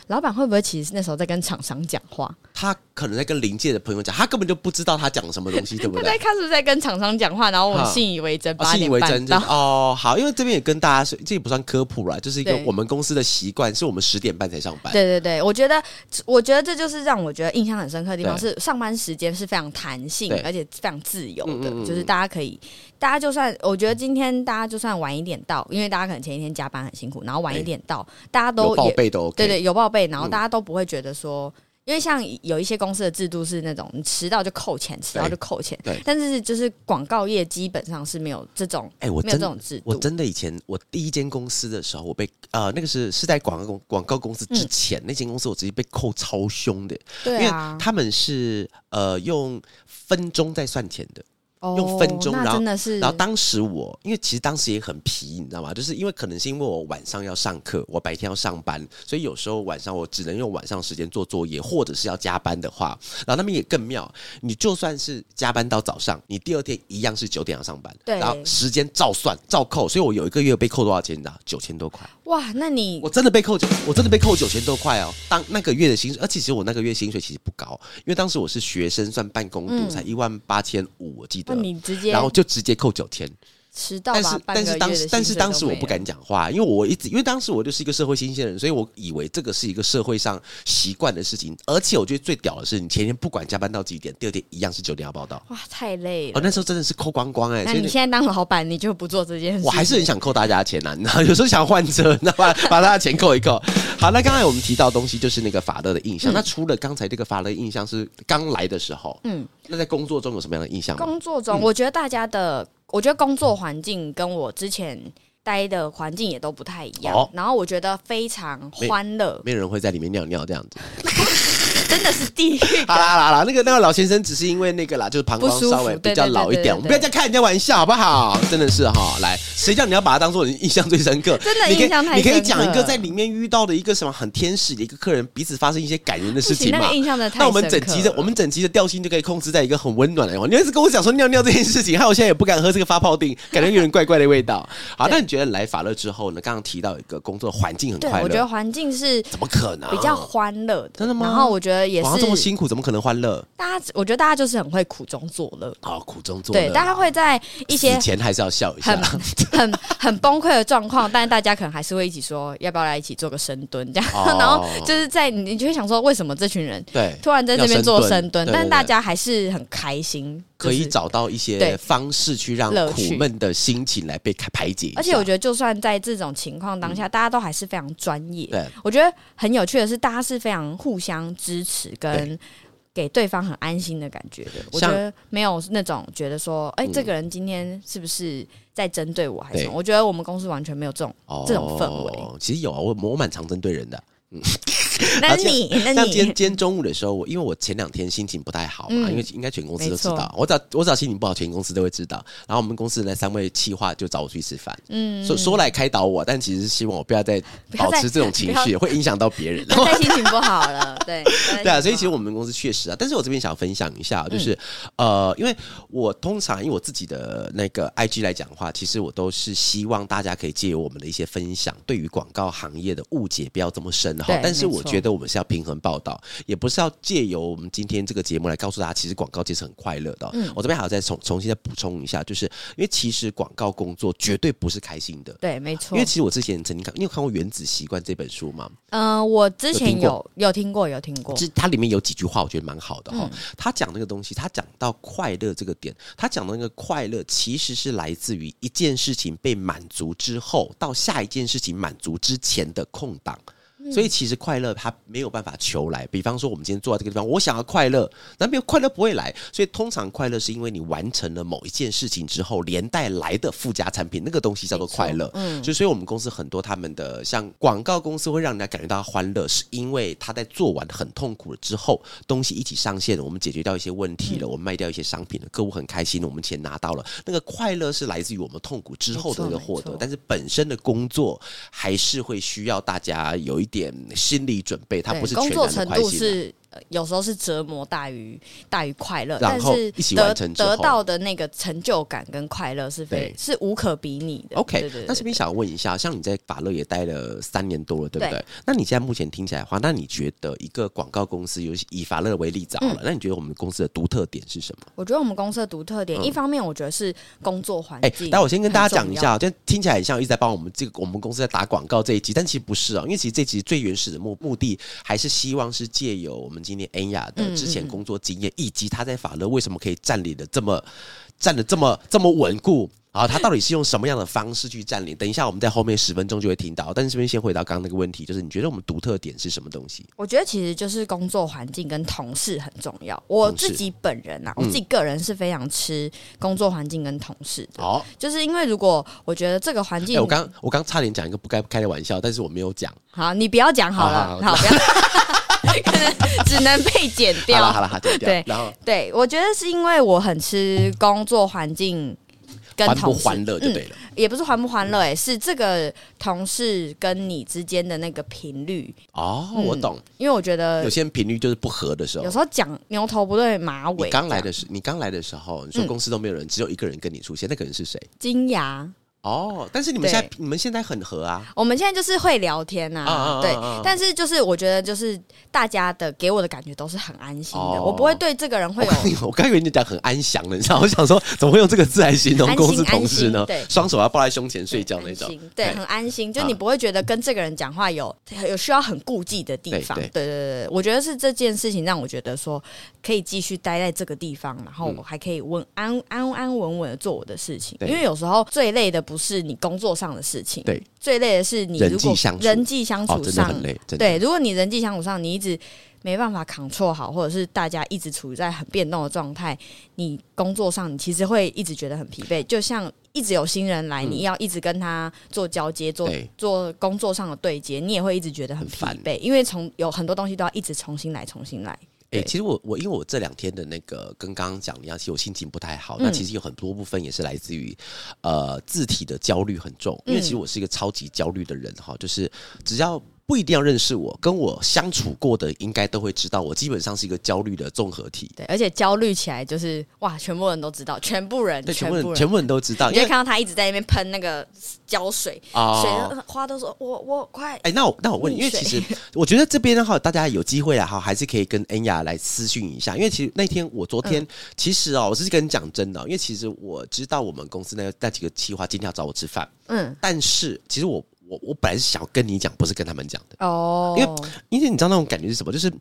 老板会不会其实那时候在跟厂商讲话？
他可能在跟临界的朋友讲，他根本就不知道他讲什么东西，对不
他
对
在？看是不是在跟厂商讲话？然后我们
哈
信以为真，
哦
八
信以
点
为
半
真，真
到
的。哦，好，因为这边也跟大家说，这也不算科普啦，就是一个
对
我们公司的习惯，是我们十点半才上班。
对对对，我觉得，我觉得这就是让我觉得印象很深刻的地方，
对
是上班时间是非常弹性
对，
而且非常自由的，
嗯嗯嗯
就是大家可以，大家就算我觉得今天大家就算晚一点到，因为大家可能前一天加班很辛苦，然后晚一点到，大家
有
都
报
也
备都 OK。
对对有报备，然后
嗯
大家都不会觉得说。因为像有一些公司的制度是那种你迟到就扣钱，迟到就扣钱
对，
但是就是广告业基本上是没有这种
哎、我
没有
真
这种制
我
度，
真的以前我第一间公司的时候，我被呃那个是是在广告公广告公司之前、那间公司，我直接被扣超凶的，
对
因
嗯啊
为，他们是呃用分钟在算钱的。
哦
用分钟然
那
后
真的是，
然后当时我，因为其实当时也很皮，你知道吗？就是因为可能是因为我晚上要上课，我白天要上班，所以有时候晚上我只能用晚上时间做作业，或者是要加班的话，然后他们也更妙，你就算是加班到早上，你第二天一样是九点要上班，
对
然后时间照算照扣，所以我有一个月被扣多少钱，你知道？九千多块，
哇，那你
我真的被扣九，我真的被扣九千多块哦。当那个月的薪水，而且其实我那个月薪水其实不高，因为当时我是学生，算半工读，
嗯
才一万八千五，我记
那
得。
你直接
然后就直接扣九千，
迟到
但
吧
是
半个
但
月
是当时
的薪
但是
水
当
都
时我
没
不
了
敢讲话，因为我一直因为当时我就是一个社会新鲜人，所以我以为这个是一个社会上习惯的事情。而且我觉得最屌的是，你前天不管加班到几点，第二天一样是九点要报到。
哇，太累了。
哦，那时候真的是扣光光哎、
那
所以
你
你
现在当老板，你就不做这件事？
我还是很想扣大家的钱呐、你知道，有时候想换车，你知道吧？把大家钱扣一扣。好，那刚才我们提到的东西就是那个法乐的印
嗯
象。那除了刚才这个法乐印象是刚来的时候，嗯
嗯，
那在工作中有什么样的印象吗？
工作中，我觉得大家的，我觉得工作环境跟我之前待的环境也都不太一样。
哦
然后我觉得非常欢乐，
没有人会在里面尿尿这样子。
真的是地狱。
(laughs) 好啦好啦好啦，那个那个老先生只是因为那个啦，就是膀
不
胱
舒服
稍微比较老一
对对对对
点，我们不要再开人家玩笑好不好？真的是哈，来，谁叫你要把它当做你印象最深刻？
真的
你可以
印象太
你可以
深刻
讲一个在里面遇到的一个什么很天使的一个客人，彼此发生一些感人的事情
不行那
嘛
个。印象真的太
那我们整
深刻
集的
了
我们整集的调性就可以控制在一个很温暖的地方。你一直跟我讲说尿尿这件事情，害我现在也不敢喝这个发泡定，感觉有点怪怪的味道。好，那你觉得来法乐之后呢？刚刚提到一个工作环境很
对，
快
我觉得
乐，
环境是
怎么可能？
比较欢乐的，
真的吗
然后我觉得也
哇这么
是
辛苦，怎么可能欢乐？
大家，我觉得大家就是很会苦中作乐，
好，苦中作乐。
对，大家会在一些
死前啊还是要笑一下
很很很崩溃的状况，但是大家可能还是会一起说要不要来一起做个深蹲这样，
哦
(laughs) 然后就是在你你就会想说为什么这群人
对，
突然在这边做深
要深蹲
蹲，
对
但
对
是
对
大家还是很开心，
可
就
以
是
找到一些
对
方式去让
乐
苦
趣
闷的心情来被开排解一下。
而且我觉得，就算在这种情况当下，大家都还是非常专业。
对
我觉得很有趣的是，大家是非常互相支持跟。给对方很安心的感觉的，我觉
像
得没有那种觉得说，哎、
嗯
这个人今天是不是在针对我还是什么？
对
我觉得我们公司完全没有这种
哦
这种氛
(laughs)
围。
其实有啊，我我蛮常针对人的。
那你，那
像今天
(laughs)
今
你
天中午的时候，我因为我前两天心情不太好嘛，
嗯
因为应该全公司都
没
知
错
道，我只要我只要心情不好，全公司都会知道。然后我们公司的那三位企划就找我出去吃饭，
嗯
说说来开导我，但其实是希望我不要再
不要
保
再
持这种情
(laughs) 不要
绪，会影响到别人。
太心情不好了，对
(laughs) 对啊，所以其实
我
我们公司确实啊，但是我这边想分享一
嗯
下，啊就是、呃，因为我通常以我自己的那个 IG 来讲的话，其实我都是希望大家可以借由我们的一些分享，对于广告行业的误解不要这么深哈
对。
但是
没
我
错
觉得我们是要平衡报道，也不是要借由我们今天这个节目来告诉大家，其实广告界是很快乐的哦、
嗯
我这边还要再重重新再补充一下，就是因为其实广告工作绝对不是开心的。
对没错
因为，其实我之前曾经看，你有看过《原子习惯》这本书吗？
嗯、我之前
有听
有有听过，有听过，
就是它里面有几句话，我觉得蛮好的哈、他讲那个东西，他讲到快乐这个点，他讲的那个快乐其实是来自于一件事情被满足之后，到下一件事情满足之前的空档。所以其实快乐它没有办法求来，比方说我们今天坐在这个地方，我想要快乐，那没有快乐不会来。所以通常快乐是因为你完成了某一件事情之后，连带来的附加产品，那个东西叫做快乐。
嗯，
就所以我们公司很多他们的像广告公司会让人家感觉到欢乐，是因为他在做完很痛苦了之后，东西一起上线了，我们解决掉一些问题了，
嗯
我们卖掉一些商品了，客户很开心了，我们钱拿到了，那个快乐是来自于我们痛苦之后的一个
没错
获
没
得
错，
但是本身的工作还是会需要大家有一点心理准备，它
对
不是全
工
然
作
的
程
开
度
心啊。
是呃有时候是折磨大于大于快乐，
然
但
后
是
一起
得
完成之后
得到的那个成就感跟快乐是非
对
是无可比拟的。对
OK，
对
那
对
这边想要问一下，像你在法乐也待了三年多了，对不对？
对
那你现在目前听起来的话，那你觉得一个广告公司，尤其以法乐为例子好了，
嗯
那你觉得我们公司的独特点是什么？
我觉得我们公司的独特点，一方面我觉得是工作环
嗯哎、
境，
但我先跟大家讲一，下，但听起来很像一直在帮我们这个我们公司在打广告这一集，但其实不是哦，因为其实这集最原始的目目的还是希望是借由我们今天恩雅的
嗯
之前工作经验，以及他在法乐为什么可以占领的这么站的这么这么稳固。啊，他到底是用什么样的方式去占领？等一下，我们在后面十分钟就会听到。但是这边先回答刚刚那个问题，就是你觉得我们独特点是什么东西？
我觉得其实就是工作环境跟同事很重要。我
同事嗯
自己本人啊，我自己个人是非常吃工作环境跟同事的，
好、
就是因为如果我觉得这个环
哎、
境，
我刚我刚差点讲一个不该开的玩笑，但是我没有讲。
好，你不要讲好了，
好
好不要， (laughs) 可能只能被剪
好
掉
了。好了，好剪掉。
对
然后
对，我觉得是因为我很吃工作环境跟
欢不
同事，
欢乐就对了。
也不是欢不欢乐、哎，是这个同事跟你之间的那个频率，
哦，
嗯
我懂。
因为我觉得
有些频率就是不合的时候
有。时候讲牛头不对马
你
尾。
刚来
这样
的时，你刚来的时候，你说
嗯
公司都没有人，只有一个人跟你出现，那个人是谁？
金牙，
哦，但是你们
对
现在你们现在很合啊，
我们现在就是会聊天呐、
啊啊啊啊
对
啊啊。
但是就是我觉得就是大家的给我的感觉都是很安心的，
哦
我不会对这个人会有
我刚以为你讲很安详的，你知 (laughs) 道，我想说怎么会用这个字来形容
安心
公司同事呢
安心对？
双手要抱在胸前睡觉那
安
种
心，对，
哎
很安心，就
啊
你不会觉得跟这个人讲话有有需要很顾忌的地方。
对
对
对
对对对，我觉得是这件事情让我觉得说可以继续待在这个地方，然后我还可以稳安安安稳稳的做我的事情。
嗯对
因为有时候最累的不是你工作上的事情，
对，
最累的是你
人
如
际
果
相处
人际相
哦，
处
真的
上
很累，真的。
对，如果你人际相处上，你一直没办法 control 好，或者是大家一直处于在很变动的状态，你工作上你其实会一直觉得很疲惫，就像。一直有新人来，你要一直跟他做交接，做
嗯对
做工作上的对接，你也会一直觉得很
很
疲
烦
惫，因为从有很多东西都要一直重新来，重新来。
哎、
对
其实我我因为我这两天的那个跟刚刚讲一样，其实我心情不太好。
嗯
那其实有很多部分也是来自于呃字体的焦虑很重，
嗯
因为其实我是一个超级焦虑的人哈，就是只要。不一定要认识我，跟我相处过的应该都会知道，我基本上是一个焦虑的综合体。
对，而且焦虑起来就是哇，全部人都知道，全部人，
对，全部
部
人全部人都知道，
你
因
会
为
看到他一直在那边喷那个胶水，
啊
水呃花都说我我快，
哎、那我那我问你，因为
溺
其
水
实我觉得这边的话，大家有机会啊，哈，还是可以跟恩雅来私讯一下。因为其实那天我昨
嗯
天、其实哦，我是跟你讲真的哦、因为其实我知道我们公司那那几个企划今天要找我吃饭，
嗯，
但是其实我我我本来是想要跟你讲，不是跟他们讲的，
哦，
哎因为因为你知道那种感觉是什么？就是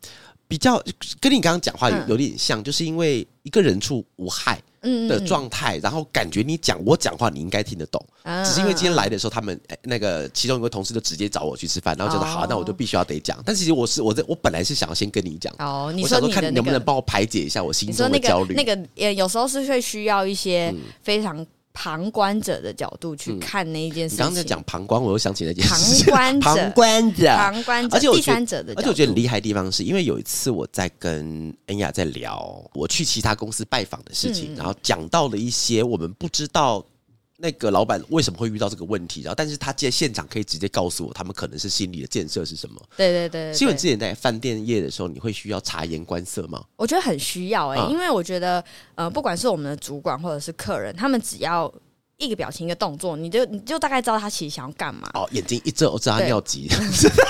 比较跟你刚刚讲话有
嗯
有点像，就是因为一个人畜无害
嗯
的状态，然后感觉你讲我讲话你应该听得懂。
嗯
只是因为今天来的时候，他们哎那个其中一位同事就直接找我去吃饭，然后觉得
哦
好，那我就必须要得讲。但其实我是我在我本来是想要先跟你讲，
哦，你
我想说
说你的
看
那
能不能
个，
帮我排解一下我心
你
中
说
的
那
焦
个
虑。嗯
那个，呃，有时候是会需要一些非常旁观者的角度去看那一件
你
事情。
刚刚在讲膀胱，我又想起那件事情，
旁观者
(laughs) 旁观者，
旁观者，
而且我
第
觉得
三者的角
而
度，
且我觉得很厉害的地方是，因为有一次我在跟恩雅在聊我去其他公司拜访的事
嗯
情，然后讲到了一些我们不知道那个老板为什么会遇到这个问题，然后但是他在现场可以直接告诉我，他们可能是心理的建设是什么。
对对对对，
其实
对
你之前在饭店业的时候，你会需要察言观色吗？
我觉得很需要哎、欸
嗯
因为我觉得呃，不管是我们的主管或者是客人，他们只要一个表情一个动作，你就你就大概知道他其实想要干嘛。
哦，眼睛一遮，我知道他
啊对
尿急。 (laughs)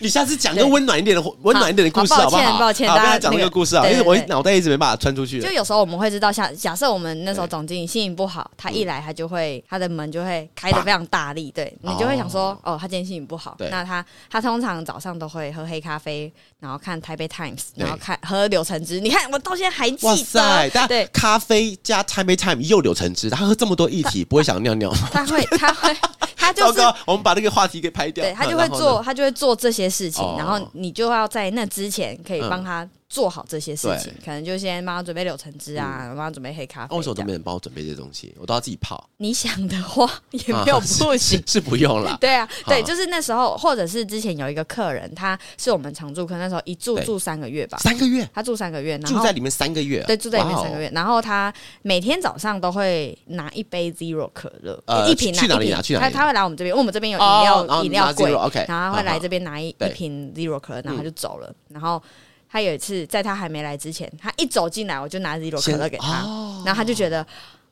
你下次讲个温暖一点的、温暖一点的故事
好
好不好？
抱歉抱歉
好
大
不
家
要讲这
那
个
个
故事啊，
对
因为
对
我
对
脑袋一直没办法穿出去
就。有时候我们会知道，像假设我们那时候总经理心情不好，他一来他就会他的门就会开的非常大力，对你就会想说，哦，他今天心情不好
对，
那他他通常早上都会喝黑咖啡，然后看台北 Times，
对
然后看喝柳橙汁，你看我到现在还记
哇塞！
得，
但
对，
咖啡加 time time 又柳橙汁，他喝这么多液体，不会想尿尿吗？
他
(laughs)
会他会他 (laughs) 就
糟
是
糕，我们把那个话题给拍掉。
对他
嗯
就会。
然后
做，
呢
他就会做这些事情
哦，嗯
然后你就要在那之前可以帮他做好这些事情，可能就先帮他准备柳橙汁啊，帮他准备黑咖
啊
啡
为什么都
这样。
没人帮我准备这些东西？我都要自己泡，
你想的话也 (laughs) 没有
啊是
不行
是，是不用啦。
(laughs) 对啊，对，
好
就是那时候，或者是之前有一个客人，他是我们常住客，那时候一住
对
住三个月吧，
三个月
他住三个月，然
住
后
在里面三个月，
对住在里面
哇哦
三个。月，然后他每天早上都会拿一杯 Zero 可乐，
呃
一瓶
去哪
拿
里
一
拿去
瓶，
哪
他
里拿
他会来我们这边，因为我们这边有饮
哦然后
料饮料
拿
柜
Zero，OK，
然后他
好
会来
好
这边拿一
对嗯
一瓶 Zero 可乐，然后他就走了，然后。他有一次在他还没来之前，他一走进来我就拿 Zero 可
先
乐给他，
哦
然后他就觉得。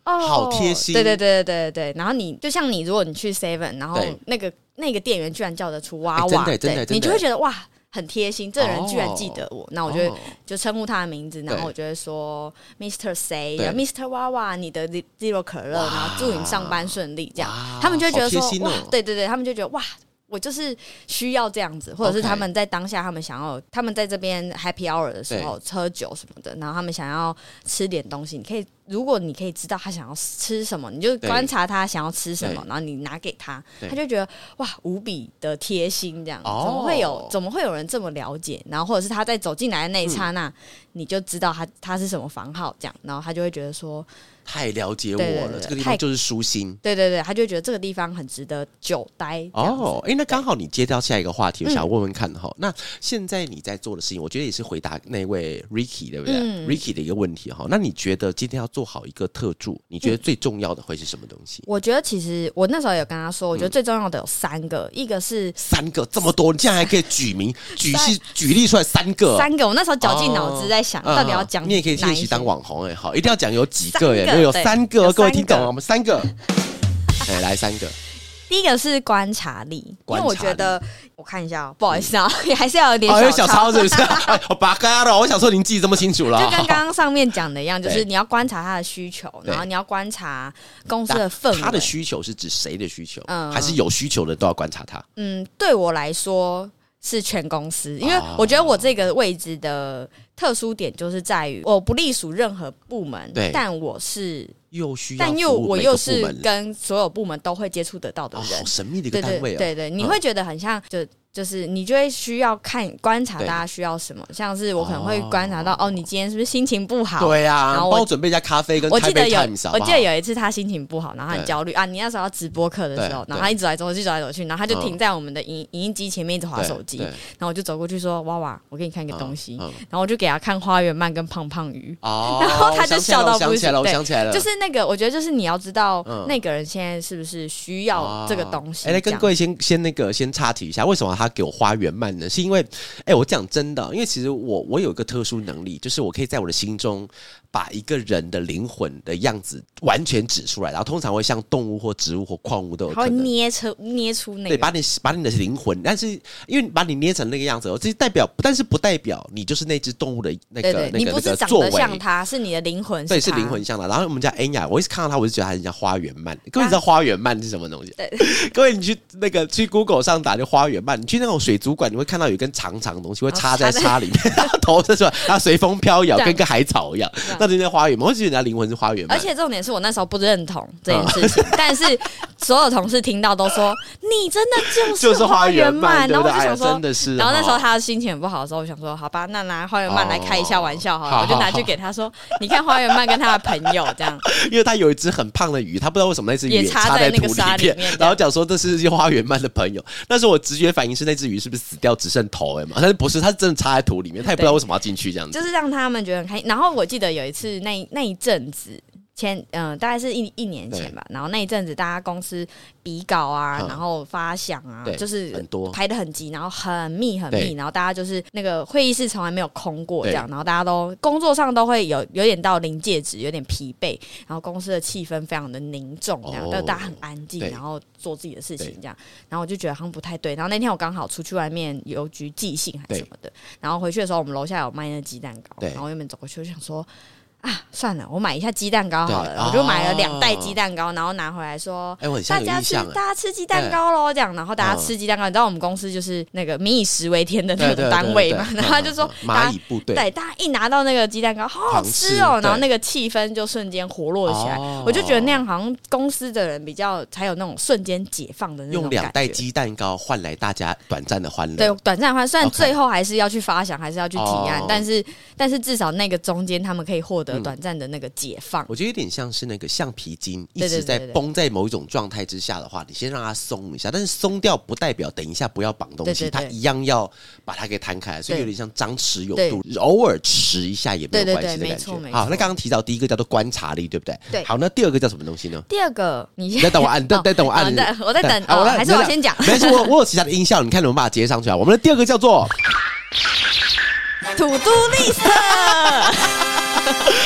哦，
好贴心
对对对对对对。然后你就像你，如果你去 Seven，然后
对那
那个那个店员居然叫得出
哎
娃
真的真
娃，
的真的
对，你就会觉得哇，很贴心，这个人居然记得我。那我就会
哦
就称呼他的名字，然后我就会说 Mr. Say
对
Mr. 娃娃，你的 Zero 可乐，
哇
然后祝你上班顺利，这样
哇
他们就会觉得说
好贴心哦
哇，对对对，他们就觉得哇。我就是需要这样子，或者是
OK
他们在当下，他们想要他们在这边 happy hour 的时候喝酒什么的，然后他们想要吃点东西，你可以，如果你可以知道他想要吃什么，你就
对
观察他想要吃什么，
对
然后你拿给他，
对
他就觉得哇，无比的贴心，这样
哦
怎么会有怎么会有人这么了解？然后或者是他在走进来的那一刹那，你就知道他他是什么房号，这样，然后他就会觉得说，
太了解我
对对
了，
对
这个地
太
方就是舒心。
对对对，他就会觉得这个地方很值得久待。这样子
哦，哎、那刚好你接到下一个话题，我想
嗯
要问问看哈、那现在你在做的事情，我觉得也是回答那位 Ricky 对不对、
嗯
r i c k y 的一个问题哈。那你觉得今天要做好一个特助，你
嗯
觉得最重要的会是什么东西？
我觉得其实我那时候有跟他
嗯
说，我觉得最重要的有三个，一个是
三个这么多，你竟然还可以举
(laughs)
名举是举例出来三个，
三个，我那时候绞尽脑汁在想、
嗯
到底要讲哪
你
一
也可以
些、
练习当网红哎、好，一定要讲有几个哎、
三个
有
对
三
有
个，
三
各位听懂
个
了吗？三个，哎、来三个，
第一个是观察力，因
观
为
察力
我觉得我看一下、哦，不好意思啊， (laughs) 也还是要有点
哦，有小
小
抄是
(laughs)
不是？哎我拔开了，我想说您记这么清楚了，
就跟刚刚上面讲的一样，
(laughs)
就
对
是你要观察他的需求，
对
然后你要观察公司的氛围。
他的需求是指谁的需求？
嗯
还是有需求的都要观察他？
嗯，对我来说是全公司，因为
哦
我觉得我这个位置的特殊点就是在于我不隶属任何部门
对，
但我是，
又需要
但又
服务
我
每个
又
部
是
门
跟所有部门都会接触得到的
哦，
人
好。神秘的一
对
个
对
单位
对
哦。
对，你会觉得很像就就是你就会需要看观察大家需要什么，像是我可能会观察到哦你今天是不是心情不好？啊
对呀、
然
帮
后我
我准备一下咖啡跟
我记得
Taipei
有
Times，好，不
我
好
记得有一次他心情不好，然后他很
对
焦虑啊。你那时候要直播课的时候，
对
然后他一直走来走去，走来走去，然后他就停在我们的影影音机前面一直划
对
手机，
对
然后我就走过去说：“娃娃，我给你看一个东西。
嗯嗯”
然后我就给他看花园漫跟胖胖鱼，
哦，
(laughs) 然后他就
我想起来了
笑到
我想
不
起来了，我
行
想起来了，
就是那个，我觉得就是你要知道
嗯
那个人现在是不是需要这个东西。
哎、那
这
跟
样
各位先先那个先插题一下，为什么他给我花圆漫呢？是因为，哎、我讲真的，因为其实我我有一个特殊能力，就是我可以在我的心中把一个人的灵魂的样子完全指出来，然后通常会像动物或植物或矿物都有
他
可
会
能。
捏出捏出那
对，
个。
把你把你的灵魂，但是因为把你捏成那个样子，这代表，但是不代表你就是那只动物的那个
对对，
那
你
个
不
那
是
个
长
作
得
为。
像他，是你的灵魂。
对，是
他
灵魂。像的。然后我们家 Anya，我一直看到她，我就觉得她很像花园
啊
漫。各位你知道花园漫是什么东西？对， (laughs) 各位你去那个去 Google 上打就花园漫，你去那种水族馆，你会看到有一根长长的东西会插在
哦插在
沙里面， (laughs) 然后头伸出来，然后随风飘摇，
这样
跟个海草一样
这样。
那就是花园漫，我就觉得人家灵魂是花园漫。
而且重点是我那时候不认同这件事
啊
情， (laughs) 但是所有同事听到都说你真的就
(laughs)
是
就是花园漫，
漫，
对
然
不
后
对？
我就
哎呀
想说
真。的是。
然后那时候
哦
他心情很不好的时候，我想说，好吧，那拿花园漫来开一下玩笑好
哦
了，我就拿去给他说，你看花园漫跟他的朋友这样，
因为他有一只很胖的鱼，他不知道为什么那只鱼
也插
插
在那
土
个沙里
面
面，
然后讲说这是花园漫的朋友。那时候我直觉反应是那只鱼是不是死掉只剩头哎嘛？但是不是，它是真的插在土里面，他也不知道为什么要进去这样子
就。是让他们觉得很开心。然后我记得有一次那一那一阵子。前嗯、大概是一一年前吧，然后那一阵子大家公司比稿啊，
嗯
然后发想啊
对，
就是
很多
排的很急，然后很密很
对
密，然后大家就是那个会议室从来没有空过
对
这样，然后大家都工作上都会有有点到临界值，有点疲惫，然后公司的气氛非常的凝重，这样，
哦
但大家很安静
对，
然后做自己的事情
对
这样，然后我就觉得好像不太对，然后那天我刚好出去外面邮局寄信还是什么的，然后回去的时候我们楼下有卖那鸡蛋糕，
对
然后我原本走过去就想说。啊，算了，我买一下鸡蛋糕好
对
了，我就买了
哦
两袋鸡蛋糕，然后拿回来说，
哎，我很像
大
有
家
印
吃
象哎。
大家吃鸡蛋糕喽，这样，然后大
嗯
家吃鸡蛋糕，你知道我们公司就是那个民以食为天的
对
那
对对
种单位嘛， (laughs)
对
然后他就说
嗯嗯嗯
大
蚂
家
蚁部队，
对，大家一拿到那个鸡蛋糕，好好吃哦
狂吃，
然后
对
那个气氛就瞬间活络起来。
哦
我就觉得那样好像公司的人比较才有那种瞬间解放的那种
用
感觉
两袋鸡蛋糕换来大家短暂的欢乐。
对短暂换，虽然
OK
最后还是要去发想，还是要去提案，
哦嗯
但是但是至少那个中间他们可以获得短暂的那个解放。
我觉得有点像是那个橡皮筋一
对对
直
对
在
对对
绷在某一种状态之下的话，你先让它松一下，但是松掉不代表等一下不要绑东
对
西，
对对
它一样要把它给摊开来，所以
对
有点像张弛有
对
度，偶尔迟一下也没有
对对
关系的
对
感
没错
觉。
没
好，
错
那刚刚提到第一个叫做观察力，对不对？
对
好，那第二个叫什么东西
(laughs)
呢？
第二个，你
你
先
在
(laughs)
等我按，等
哦
在等我按
哦，在我在
(laughs)
等，
啊
哦，
我在
还是我先讲。
没关系，我我有其他的音效，你看能不能把它接上去啊？我们的第二个叫
(laughs)
做。
土都
(laughs)
list，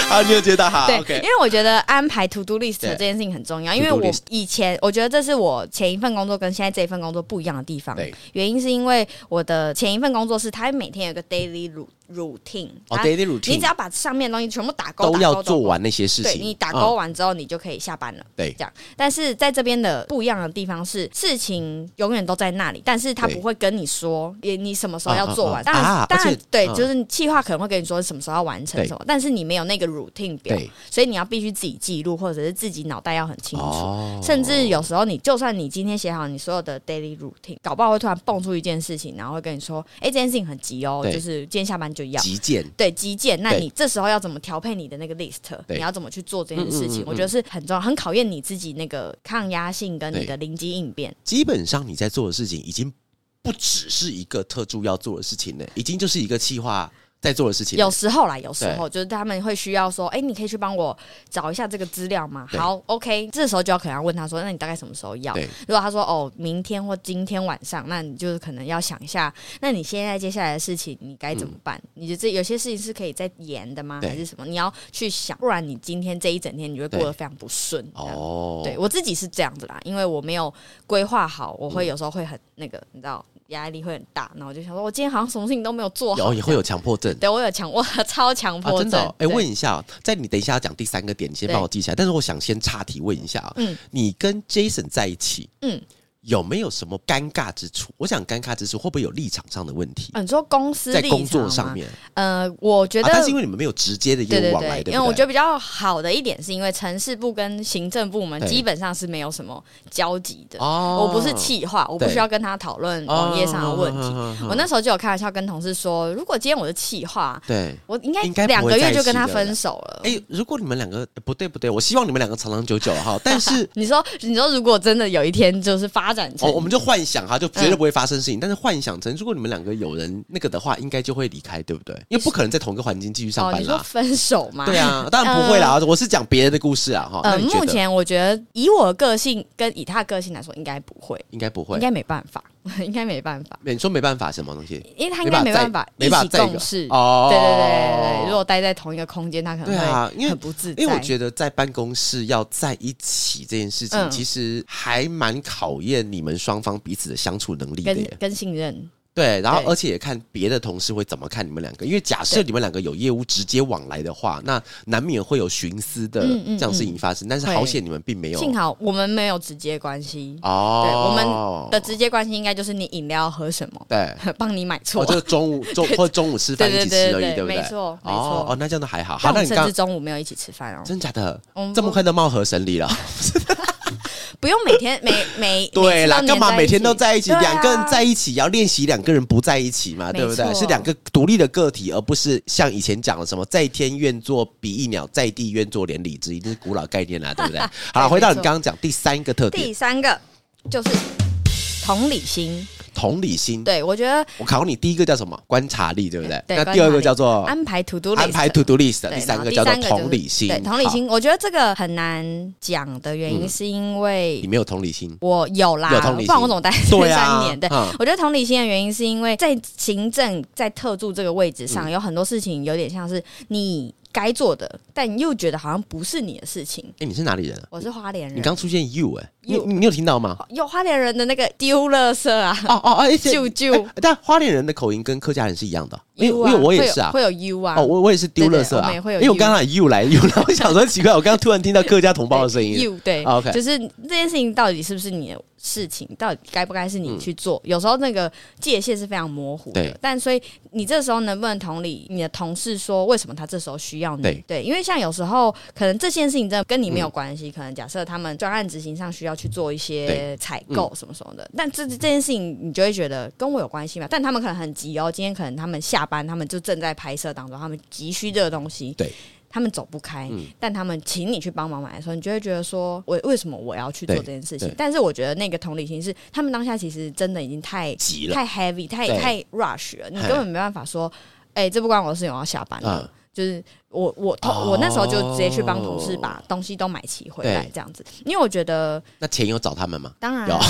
啊，你有接到哈
对因
？OK，
为我觉得安排 to do list
对
这件事情很重要，
To
因为
do
我
list
以前我觉得这是我前一份工作跟现在这一份工作不一样的地方
对，
原因是因为我的前一份工作是它每天有一个 daily ru- routine，
哦
它
，daily
啊你只
routine
要把上面的东西全部打勾，
都
打
要
勾
做。
打勾
完那些事
对
情，
你打
嗯
勾完之后，你就可以下班了。
对
这样。但是在这边的不一样的地方是，事情永远都在那里，但是他
对
不会跟你说，也你什么时候要
嗯
做
嗯
完。
嗯
当然，
啊
当
而
然
且，
对，
嗯
就是你计划可能会跟你说什么时候要完成
对
什么，但是你没有那个 routine 表
对，
所以你要必须自己记录，或者是自己脑袋要很清
哦
楚。甚至有时候，你就算你今天写好你所有的 daily routine，搞不好会突然蹦出一件事情，然后会跟你说：“哎、这件事情很急哦，
对
就是今天下班就要。”
极简
对基建，那
对
你这时候要怎么调配你的那个 list？
对
你要怎么去做这件
嗯
事
嗯
情？
嗯嗯
我觉得是很重要，很考验你自己那个抗压性跟你的灵机应变。
基本上你在做的事情已经不只是一个特助要做的事情了，已经就是一个企划在做的事情了。
有时候啦，有时候就是他们会需要说，哎、你可以去帮我找一下这个资料吗？
对
好，OK，这时候就要可能要问他说，那你大概什么时候要？
对
如果他说哦，明天或今天晚上，那你就是可能要想一下，那你现在接下来的事情你该怎么办？你觉得这有些事情是可以再延的吗？
嗯对
还是什么？你要去想，不然你今天这一整天你就会过
对
得非常不顺。这样
哦，
对我自己是这样子啦，因为我没有规划好，我
嗯
会有时候会很那个，你知道，压力会很大，然后我就想说，我今天好像什么事情都没有做
然
好。
后也会有强迫症。
对我有强，我超强
啊，
迫
真
症。
的哦、哎、
对
问一下哦，在你等一下要讲第三个点，你先
对
帮我记起来。但是我想先岔题问一下啊、
嗯
你跟 Jason 在一起，
嗯
有没有什么尴尬之处？我想尴尬之处会不会有立场上的问题，
啊你说公司
在
立
工作
场
上
吗，
面？
呃，我觉
啊
得、
但是因为你们没有直接的
对
业
对
务往来，
对，
对
因为我觉
得
得比较好的一点是因为城市部跟行政部门
对
基本上是没有什么交集的。
哦哦
我不是气话，我不需要跟他讨论网页上的问
嗯
题。我那时候就有开玩笑跟同事说，如果今天我是气话，
对。
我应该
应该不会
两个月就跟他
在一起的
分手了。
哎、如果你们两个、哎不对不对，我希望你们两个长长久久
(laughs)
哈。但是
你说，你说，如果真的有一天就是发展成
哦，我们就幻想
嗯
哈，就绝对不会发生事情。但是幻想成，如果你们两个有人那个的话，应该就会离开，对不对？因为不可能在同一个环境继续上
哦，
班
你说
啦。
分手吗？
对
(laughs)
啊，当然不会啦。我是讲别人的故事啊哈。那
呃，
你觉
目
得
前我觉得以我的个性跟以他的个性来说，应该不会，
应该不会
应。该没办法，应该没办法，
你说没办法什么东西？
因为他应该没办法
没
一
办法
起
再没办法再一个
共事。
哦
对对对对对，如果待在同一个空间，他可能
对啊因为
会很不自在。
因为我觉得在办公室要在一起这件事情，
嗯
其实还蛮考验你们双方彼此的相处能力的
跟
耶。
跟信任，
对，然后
对
而且也看别的同事会怎么看你们两个，因为假设
对
你们两个有业务直接往来的话，那难免会有徇私的
嗯嗯
这样事情发生。但是好险你们并没有，
幸好我们没有直接关系
哦，
对我的直接关系应该就是你饮料喝什么， (laughs)
对。
帮你买错
哦，。就是中
(laughs)
午中或中午吃饭一
对
起
对
吃
对
而已，
对
对不对？
没错没
哦
错
哦，那这样都还好。好，
但我
那
们
你
甚
刚
至中午没有一起吃饭哦，
真假的
我们
这么
不
快就貌合神离了？
不用每
(laughs)
天每每
对啦，干嘛每天都在一起？
对啊
两个人在一起也要练习两个人不在一起嘛，
没
对不对？
错
是两个独立的个体，而不是像以前讲的什么“在天愿做比翼鸟，在地愿做连理枝”，一定是古老概念啦，对不
(laughs)
对？好了，回到你刚刚讲第三个特
第
点，
三个就是同理心，
同理心。
对我觉得
我考你，第一个叫什么？观察力，对不对？
对
那
观察
第二个
力
叫做
安排 to do list，
安排 to do list，
对
第三个
然后
叫做
第三个就是
同理心。
对同理
好，
心，我觉得这个很难讲的原因是因为
你没有同理
(laughs)
心。
我有啦，
有同理心
不然我总待
对
三
啊
年。对，
嗯
我觉得同理心的原因是因为在行政在特助这个位置
嗯
上，有很多事情有点像是你该做的，但你又觉得好像不是你的事情。
哎，你是哪里人啊？
我是花莲
你
人，
刚出现 you 哎，你
嗯 you
你有听到吗？
有花莲人的那个丢垃圾啊，
(laughs) 哦哦哦，哎这
舅舅
哎但花莲人的口音跟客家人是一样的，因为
U 啊
因为我也是啊。
会有会有 U 啊，
哦，我我也是丢垃圾
对对我
啊，
们也会有
因为我
you
刚刚又来又来，我想说奇怪，我刚刚突然听到客家同胞的声音，
You (laughs) 对、
啊，OK
就是这件事情到底是不是你的事情，到底该不该是你去做？有时候那个界限是非常模糊
嗯对
的。但所以你这时候能不能同理你的同事说，为什么他这时候需要你？
对
因为像有时候可能这件事情真的跟你没有关系，可能假设他们专案执行上需要去做一些
嗯对嗯
采购什么什么的，但这这件事情你就会觉得跟我有关系嘛？但他们可能很急哦，今天可能他们下班，他们就正在拍摄当中，他们急需这个东西，
对。
他们走不开，
嗯
但他们请你去帮忙买的时候，你就会觉得说，我为什么我要去做
对
这件事情
对？
但是我觉得那个同理心是，他们当下其实真的已经太
急了
太 heavy、太
对
太 rush 了，你
嗨
根本没办法说，哎、这不关我的事情，我要下班了。
嗯
就是我我同、
哦
我那时候就直接去帮同事把东西都买齐回来
对
这样子，因为我觉得
那钱有找他们吗？
当然
有
啊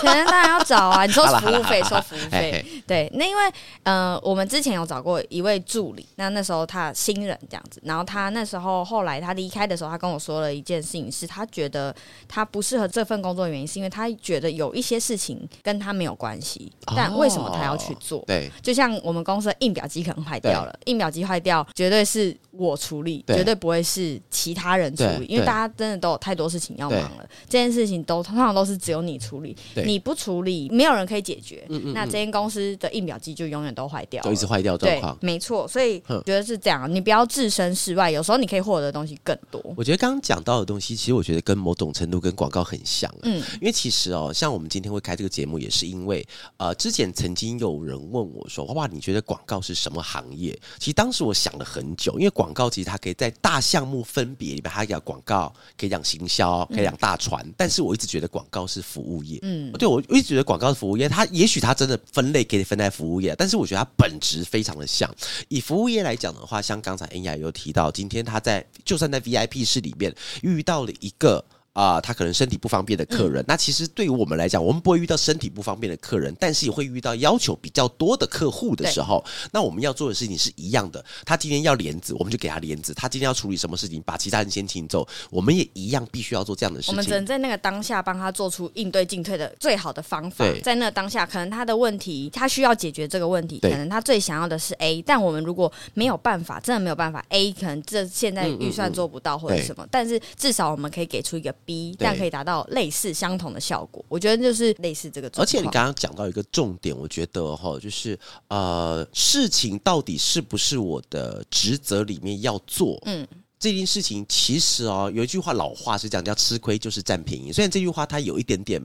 钱当然要找啊，你收
好啦
服务费收服务
哎，
费，
嘿
对，那因为呃，我们之前有找过一位助理，那那时候他新人这样子，然后他那时候后来他离开的时候，他跟我说了一件事情，是他觉得他不适合这份工作的原因，是因为他觉得有一些事情跟他没有关系，但为什么他要去做？
哦对
就像我们公司的印表机可能坏掉了，印表机坏掉绝对是我处理，
对
绝对不会是其他人处
对
理，因为
对
大家真的都有太多事情要忙了，这件事情都通常都是只有你处理，
对嗯
你不处理，没有人可以解决，那这间公司的印表机就永远都坏掉
就一直
了。
坏掉状
对
况，。
没错，所以
哼
我觉得是这样，你不要置身事外，有时候你可以获得的东西更多。
我觉得刚刚讲到的东西，其实我觉得跟某种程度跟广告很像、嗯，
嗯
因为其实哦，像我们今天会开这个节目，也是因为呃，之前曾经有人问我说：“哇哇，你觉得广告是什么行业？”其实当时我想了很久，因为广告其实它可以在大项目分别里面，它可以讲广告，可以讲行销，可以讲大船，但是我一直觉得广告是服务业。
嗯，
对，我一直觉得广告是服务业，它也许它真的分类可以分在服务业，但是我觉得它本质非常的像。以服务业来讲的话，像刚才恩雅有提到，今天他在就算在 VIP 室里面遇到了一个。啊、他可能身体不方便的客
嗯
人，那其实对于我们来讲，我们不会遇到身体不方便的客人，但是也会遇到要求比较多的客户的时候，那我们要做的事情是一样的。他今天要帘子，我们就给他帘子；他今天要处理什么事情，把其他人先请走，我们也一样必须要做这样的事
我
情。
们只能在那个当下帮他做出应对进退的最好的方法
对。
在那个当下，可能他的问题，他需要解决这个问题，可
对
能他最想要的是 A，但我们如果没有办法，真的没有办法，A 可能这现在预算做不到或者什么，但是至少我们可以给出一个 B，
对
但可以达到类似相同的效果。我觉得就是类似这个状况。
而且你刚刚讲到一个重点，我觉得哈，就是呃，事情到底是不是我的职责里面要做？嗯
嗯。
这件事情其实哦，有一句话老话是讲叫“吃亏就是占便宜”。虽然这句话它有一点点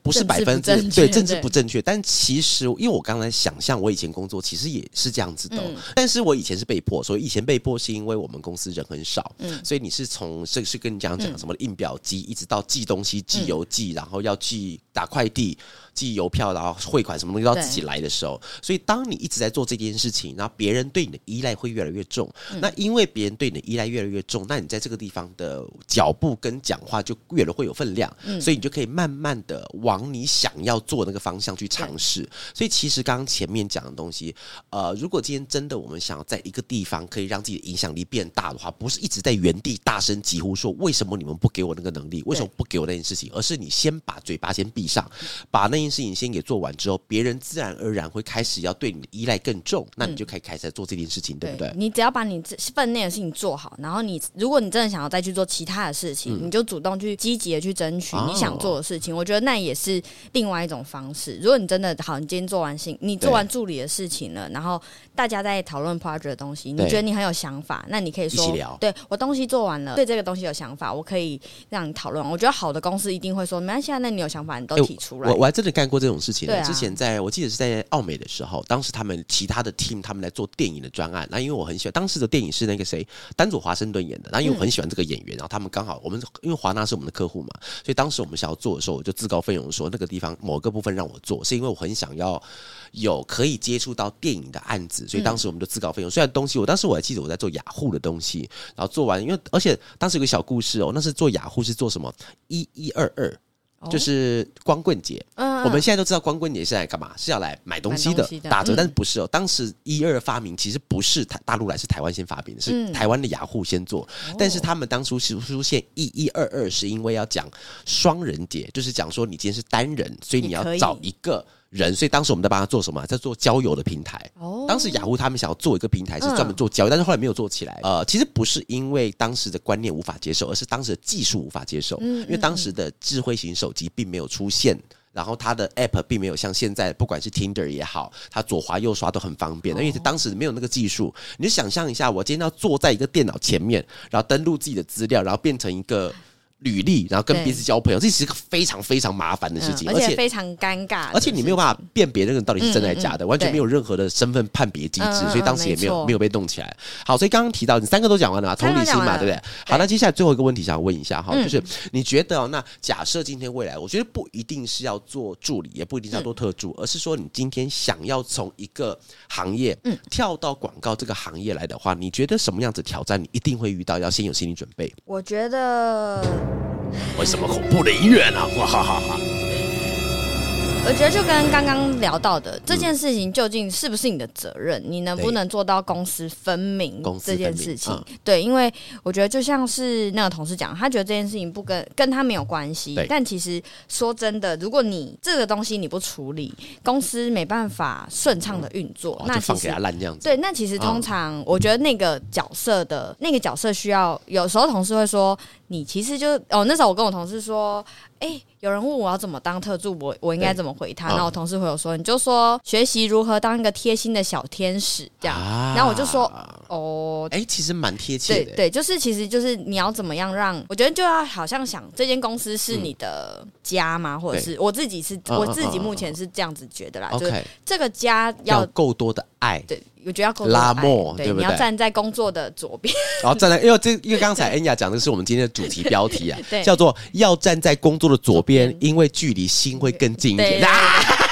不是
政
百
治
分
不
之
正
对
确
政治
对
不正确，但其实因为我刚才想象我以前工作其实也是这样子的
嗯
哦、但是我以前是被迫，所以以前被迫是因为我们公司人很少，
嗯
所以你是从这是跟你讲讲什么印表机，一直到寄东西、
嗯
寄邮寄，然后要寄打快递、寄邮票，然后汇款什么东西都要自己来的时候，所以当你一直在做这件事情，然后别人对你的依赖会越来越重。那因为别人对你的依赖越来越重，那你在这个地方的脚步跟讲话就越来会有分量，所以你就可以慢慢的往你想要做的那个方向去尝试。所以其实刚刚前面讲的东西，呃，如果今天真的我们想要在一个地方可以让自己的影响力变大的话，不是一直在原地大声疾呼说为什么你们不给我那个能力，为什么不给我那件事情，而是你先把嘴巴先闭上，把那件事情先给做完之后，别人自然而然会开始要对你的依赖更重，那你就可以开始在做这件事情，对不对？
你只要把你这分内的事情做好，然后你如果你真的想要再去做其他的事情，你就主动去积极的去争取
嗯哦
你想做的事情。我觉得那也是另外一种方式。如果你真的好，你今天做完事，你做完助理的事情了，然后大家在讨论 project 的东西，你
对
觉得你很有想法，那你可以
一起
说
聊，
对我东西做完了，对这个东西有想法，我可以让你讨论。我觉得好的公司一定会说，没关系啊，那你有想法你都
哎
提出来。
我我还真的干过这种事情呢、
对啊
之前在我记得是在奥美的时候，当时他们其他的 team 他们来做电影的专案，那因为我很喜欢当时的电影是那个谁丹佐华盛顿演的，那因为
嗯
我很喜欢这个演员，然后他们刚好我们因为华纳是我们的客户嘛，所以当时我们想要做的时候，我就自告奋勇说那个地方某个部分让我做，是因为我很想要有可以接触到电影的案子，所以
嗯
当时我们就自告奋勇。虽然东西我当时我还记得我在做雅虎的东西，然后做完，因为而且当时有个小故事哦，那是做雅虎是做什么一一二二。
哦
就是光棍节，
嗯
我们现在都知道光棍节是来干嘛？是要来买东西
买
的
东西的
打折，
嗯
但是不是哦？当时一二发明其实不是台大陆来，是台湾先发明的，是
嗯哦
台湾的雅虎先做。但是他们当初是出现一一二二，是因为要讲双人节，就是讲说你今天是单人，所以你
你
要
可以
找一个人。所以当时我们在帮他做什么？在做交友的平台。
哦
当时雅虎他们想要做一个平台是
嗯
专门做交易，但是后来没有做起来。呃，其实不是因为当时的观念无法接受，而是当时的技术无法接受，
嗯
因为当时的智慧型手机并没有出现。然后它的 app 并没有像现在，不管是 Tinder 也好，它左滑右刷都很方
哦
便，因为当时没有那个技术。你就想象一下，我今天要坐在一个电脑前面，然后登录自己的资料，然后变成一个履历，然后跟
对
彼此交朋友，这是一个非常非常麻烦的事情，
嗯
而且
且非常尴尬，
而且你没有办法辨别那个人到底是真的还是假的，
嗯嗯嗯
完全没有任何的身份判别机制，
嗯嗯嗯
所以当时也没有
没错
没有被动起来。好，所以刚刚提到你三个都讲完了嘛，啊同
三个
理
都
心
讲完
嘛，
了
对不对？好，
对嗯
那接下来最后一个问题想要问一下哈，就是你觉得哦，那假设今天未来，我觉得不一定是要做助理，也不一定是要
嗯
做特助，而是说你今天想要从一个行业
嗯
跳到广告这个行业来的话，你觉得什么样子挑战你一定会遇到，要先有心理准备？
我觉得，
为什么恐怖的音乐呢？哇哈哈哈！
我觉得就跟刚刚聊到的这件事情，究竟是不是你的责任？你能不能做到公私分明
公私
这
分明
件事情？
嗯
对，因为我觉得就像是那个同事讲，他觉得这件事情不跟跟他没有关系
对。
但其实说真的，如果你这个东西你不处理，公司没办法顺畅的运作，
哦
那
就
其
放给
实
他烂这样子。
对，那其实
嗯
通常我觉得那个角色的、那个角色需要，有时候同事会说，你其实就哦，那时候我跟我同事说，哎、有人问我要怎么当特助，我我应该
对
怎么回他？
嗯
然后我同事会有说，你就说学习如何当一个贴心的小天使这样。
啊
然后我就说，哦，
哎、其实蛮贴切
对
的、
对，就是其实就是你要怎么样让，我觉得就要好像想这间公司是你的家嘛，或者
嗯对
是我自己是
嗯
我
嗯
自
嗯
己
嗯
目
嗯
前是这样子觉得啦，就是
OK，
这个家
要
要
够多的爱，
对，我觉得要够
拉
多爱
莫
对，
对不
你要
对
站在工作的左边，，
然后站哦在，因为这因为刚才恩雅讲的是我们今天的主题标题啊
(laughs) 对
叫做要站在工作的左边，因为距离心会更近一 (laughs)
对
点。啊，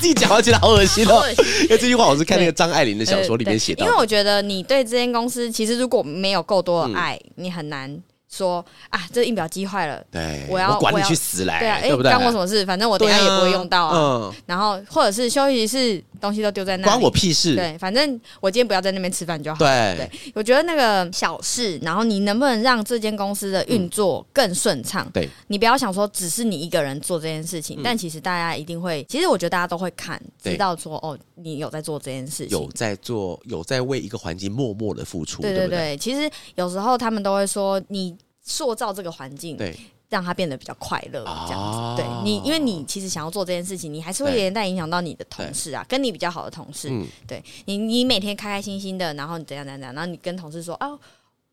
自己讲话觉得好恶心哦， (laughs) 因为这句话我是看那个
对
张爱玲的小说里面
对
写到
因
的
为。我觉得你对这间公司其实如果没有够多的爱，
嗯
你很难说啊，这印表机坏了，
对，
我要
管
我
你
要
去死嘞，
对啊，哎
对不对？
干我什么事？反正我等
对
一
啊
下也不会用到啊。
嗯，
然后或者是休息室东西都丢在那里，
关我屁事。
对，反正我今天不要在那边吃饭就好。
对
对，我觉得那个小事，然后你能不能让这间公司的运作更顺畅？
对，
你不要想说只是你一个人做这件事情，但其实大家一定会，其实我觉得大家都会看，
对
知道说哦，你有在做这件事情。
有在做，有在为一个环境默默的付出，
对
对
对
不对？
对，其实有时候他们都会说，你塑造这个环境，啊
对，
让它变得比较快乐，这样子。
哦
对你，因为你其实想要做这件事情，你还是会
对
连带影响到你的同事啊，跟你比较好的同事。
嗯
对你，你每天开开心心的，然后你怎样怎样怎样，然后你跟同事说哦。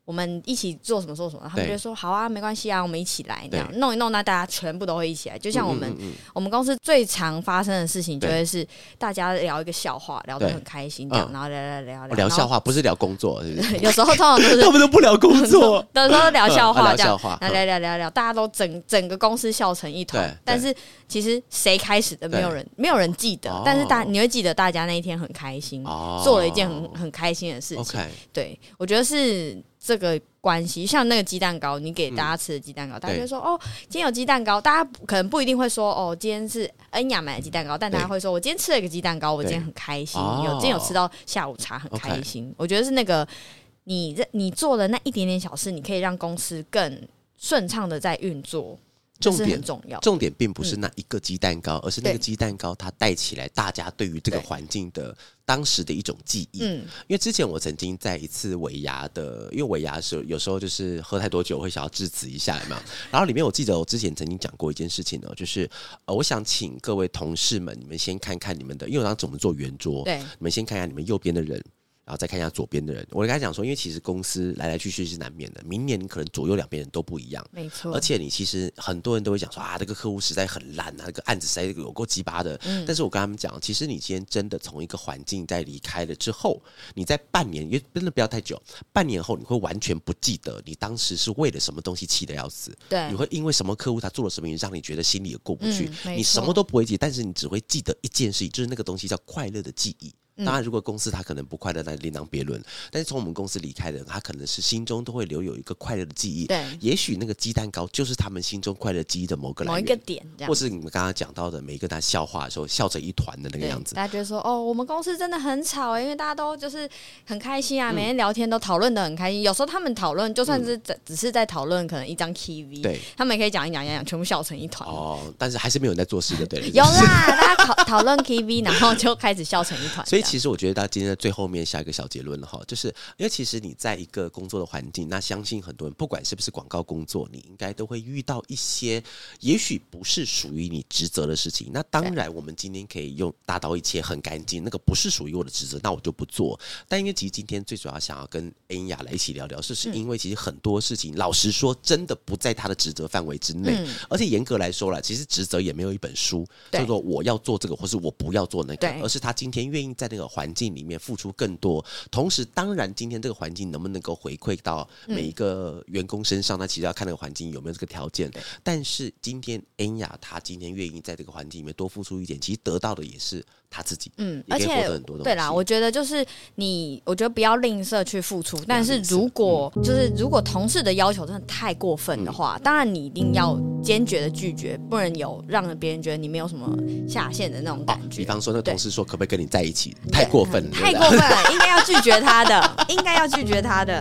我们一起做什么做什么，他
对
们就会说好啊，没关系啊，我们一起来这
对
样弄一弄，那大家全部都会一起来。就像我们、
嗯嗯嗯
我们公司最常发生的事情，就
对
会是大家聊一个笑话，聊得
对
很开心，这样，
嗯
然后聊聊聊
嗯聊笑
话，
话不是聊工作，是不 (laughs) 是
(laughs) 有时候通常都是，
他们都不聊工作
(laughs) 有时候聊
嗯
笑
啊
话
聊
这
笑
样
话，
聊
嗯
聊聊聊聊，大家都整整个公司笑成一团
对对。
但是其实谁开始的，
对
没有人没有人记得
哦，
但是大你会记得大家那一天很开心，
哦
做了一件很很开心的事情。
OK，
对，我觉得是这个关系。像那个鸡蛋糕，你给
嗯
大家吃的鸡蛋糕，大家就会说哦，今天有鸡蛋糕。大家可能不一定会说哦，今天是恩雅买的鸡蛋糕，但
对
大家会说我今天吃了一个鸡蛋糕，我今天很开心，
哦
有今天有吃到下午茶，很
OK
开心。我觉得是那个你这你做的那一点点小事，你可以让公司更顺畅的在运作，这
重
是
点
很重要。
重点并不是那一个鸡蛋糕，而是那个
嗯对
鸡蛋糕它带起来大家对于这个
对
环境的当时的一种记忆。
嗯，
因为之前我曾经在一次尾牙的，因为尾牙是有时候就是喝太多酒会想要致辞一下嘛。然后里面我记得我之前曾经讲过一件事情呢，就是呃，我想请各位同事们，你们先看看你们的，因为我当时我们做圆桌，
对
你们先看一下你们右边的人。然后再看一下左边的人，我跟他讲说，因为其实公司来来去去是难免的，明年你可能左右两边人都不一样，
没错，
而且你其实很多人都会讲说啊，这个客户实在很烂啊，这个案子实在有够鸡巴的。但是我跟他们讲，其实你今天真的从一个环境在离开了之后，你在半年，因为真的不要太久，半年后你会完全不记得你当时是为了什么东西气得要死，
对
你会因为什么客户他做了什么，让你觉得心里也过不去，
哎嗯没
你什
错
么都不会记，但是你只会记得一件事情，就是那个东西叫快乐的记忆。
嗯
当然，如果公司他可能不快乐，那另当别论。但是从我们公司离开的人，他可能是心中都会留有一个快乐的记忆。
对
也许那个鸡蛋糕就是他们心中快乐记忆的某个
某
来
一个
源，
点这样
或。是你们刚刚讲到的每一个他笑话的时候笑成一团的那个
对
样子。
大家就会说哦，我们公司真的很吵、欸，因为大家都就是很开心
嗯
啊，每天聊天都讨论的很开心。有时候他们讨论，就算是只、只是在讨论可能一张 KV，
对
他们也可以讲一讲一讲，全部笑成一团。
哦，但是还是没有人在做事的，
(laughs)
对了。
有啦，大家讨讨论 KV，然后就开始笑成一团。
所以
这样
其实我觉得，大家今天在最后面下一个小结论了哈，就是因为其实你在一个工作的环境，那相信很多人不管是不是广告工作，你应该都会遇到一些，也许不是属于你职责的事情。那当然，我们今天可以用大刀一切很干净，那个不是属于我的职责，那我就不做。但因为其实今天最主要想要跟恩雅来一起聊聊，是是因为其实很多事情，老实说，真的不在他的职责范围之内。而且严格来说啦，其实职责也没有一本书
对
叫做我要做这个，或是我不要做那个
对，
而是他今天愿意在那个环境里面付出更多。同时，当然今天这个环境能不能够回馈到每一个员工身上，那其实要看那个环境有没有这个条件。但是今天恩雅她今天愿意在这个环境里面多付出一点，其实得到的也是她自己，
嗯，
也
而
可以
且
获得很多东西。哦
对啦，我觉得就是你，我觉得不要吝啬去付出，但是如果、
嗯
就是如果同事的要求真的太过分的话，当然你一定要坚决的拒绝，不能有让别人觉得你没有什么下限的那种感觉。
比方说，那
对
同事说可不可以跟你在一起，太过分了，
太
对不对
过分了，应该要拒绝他的，应该要拒绝他的。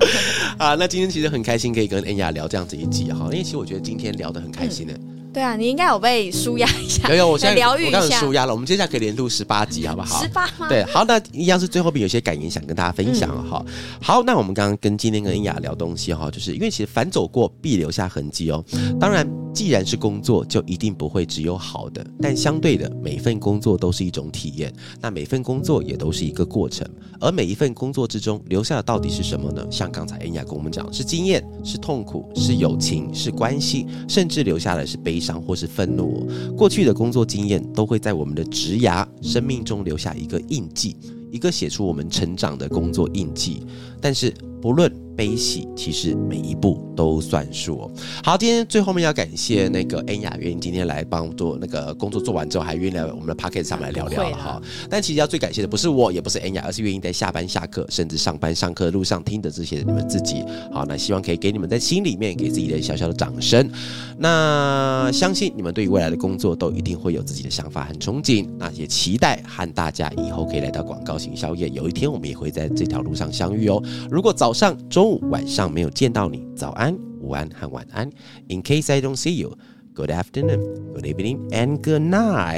啊！那今天其实很开心可以跟恩雅聊这样子一集哈，因为其实我觉得今天聊得很开心的，
对啊，你应该有被舒压一下
有，有，我现在
疗愈
我
一
刚刚
下。
舒压了，我们接下来可以连录十八集，好不好
十？八吗？
对，好，那一样是最后面有些感言想跟大家分享哈、好，那我们刚刚跟今天跟恩雅聊东西哈，就是因为其实反走过必留下痕迹哦。当然，既然是工作，就一定不会只有好的，但相对的，每份工作都是一种体验，那每份工作也都是一个过程，而每一份工作之中留下的到底是什么呢？像刚才恩雅跟我们讲，是经验，是痛苦，是友情，是关系，甚至留下来是悲伤或是愤怒哦、过去的工作经验都会在我们的职涯生命中留下一个印记，一个写出我们成长的工作印记。但是不论悲喜，其实每一步都算数哦。好，今天最后面要感谢那个恩雅愿意今天来帮做那个工作做完之后，还愿意来我们的 p o c k e t 上面来聊聊了哈。但其实要最感谢的不是我，也不是恩雅，而是愿意在下班、下课，甚至上班、上课的路上听的这些你们自己。好，那希望可以给你们在心里面给自己的小小的掌声。那相信你们对于未来的工作都一定会有自己的想法和憧憬，那也期待和大家以后可以来到广告行销业，有一天我们也会在这条路上相遇哦。如果早上、中午、晚上没有见到你，早安、午安和晚安。In case I don't see you, good afternoon, good evening, and good night.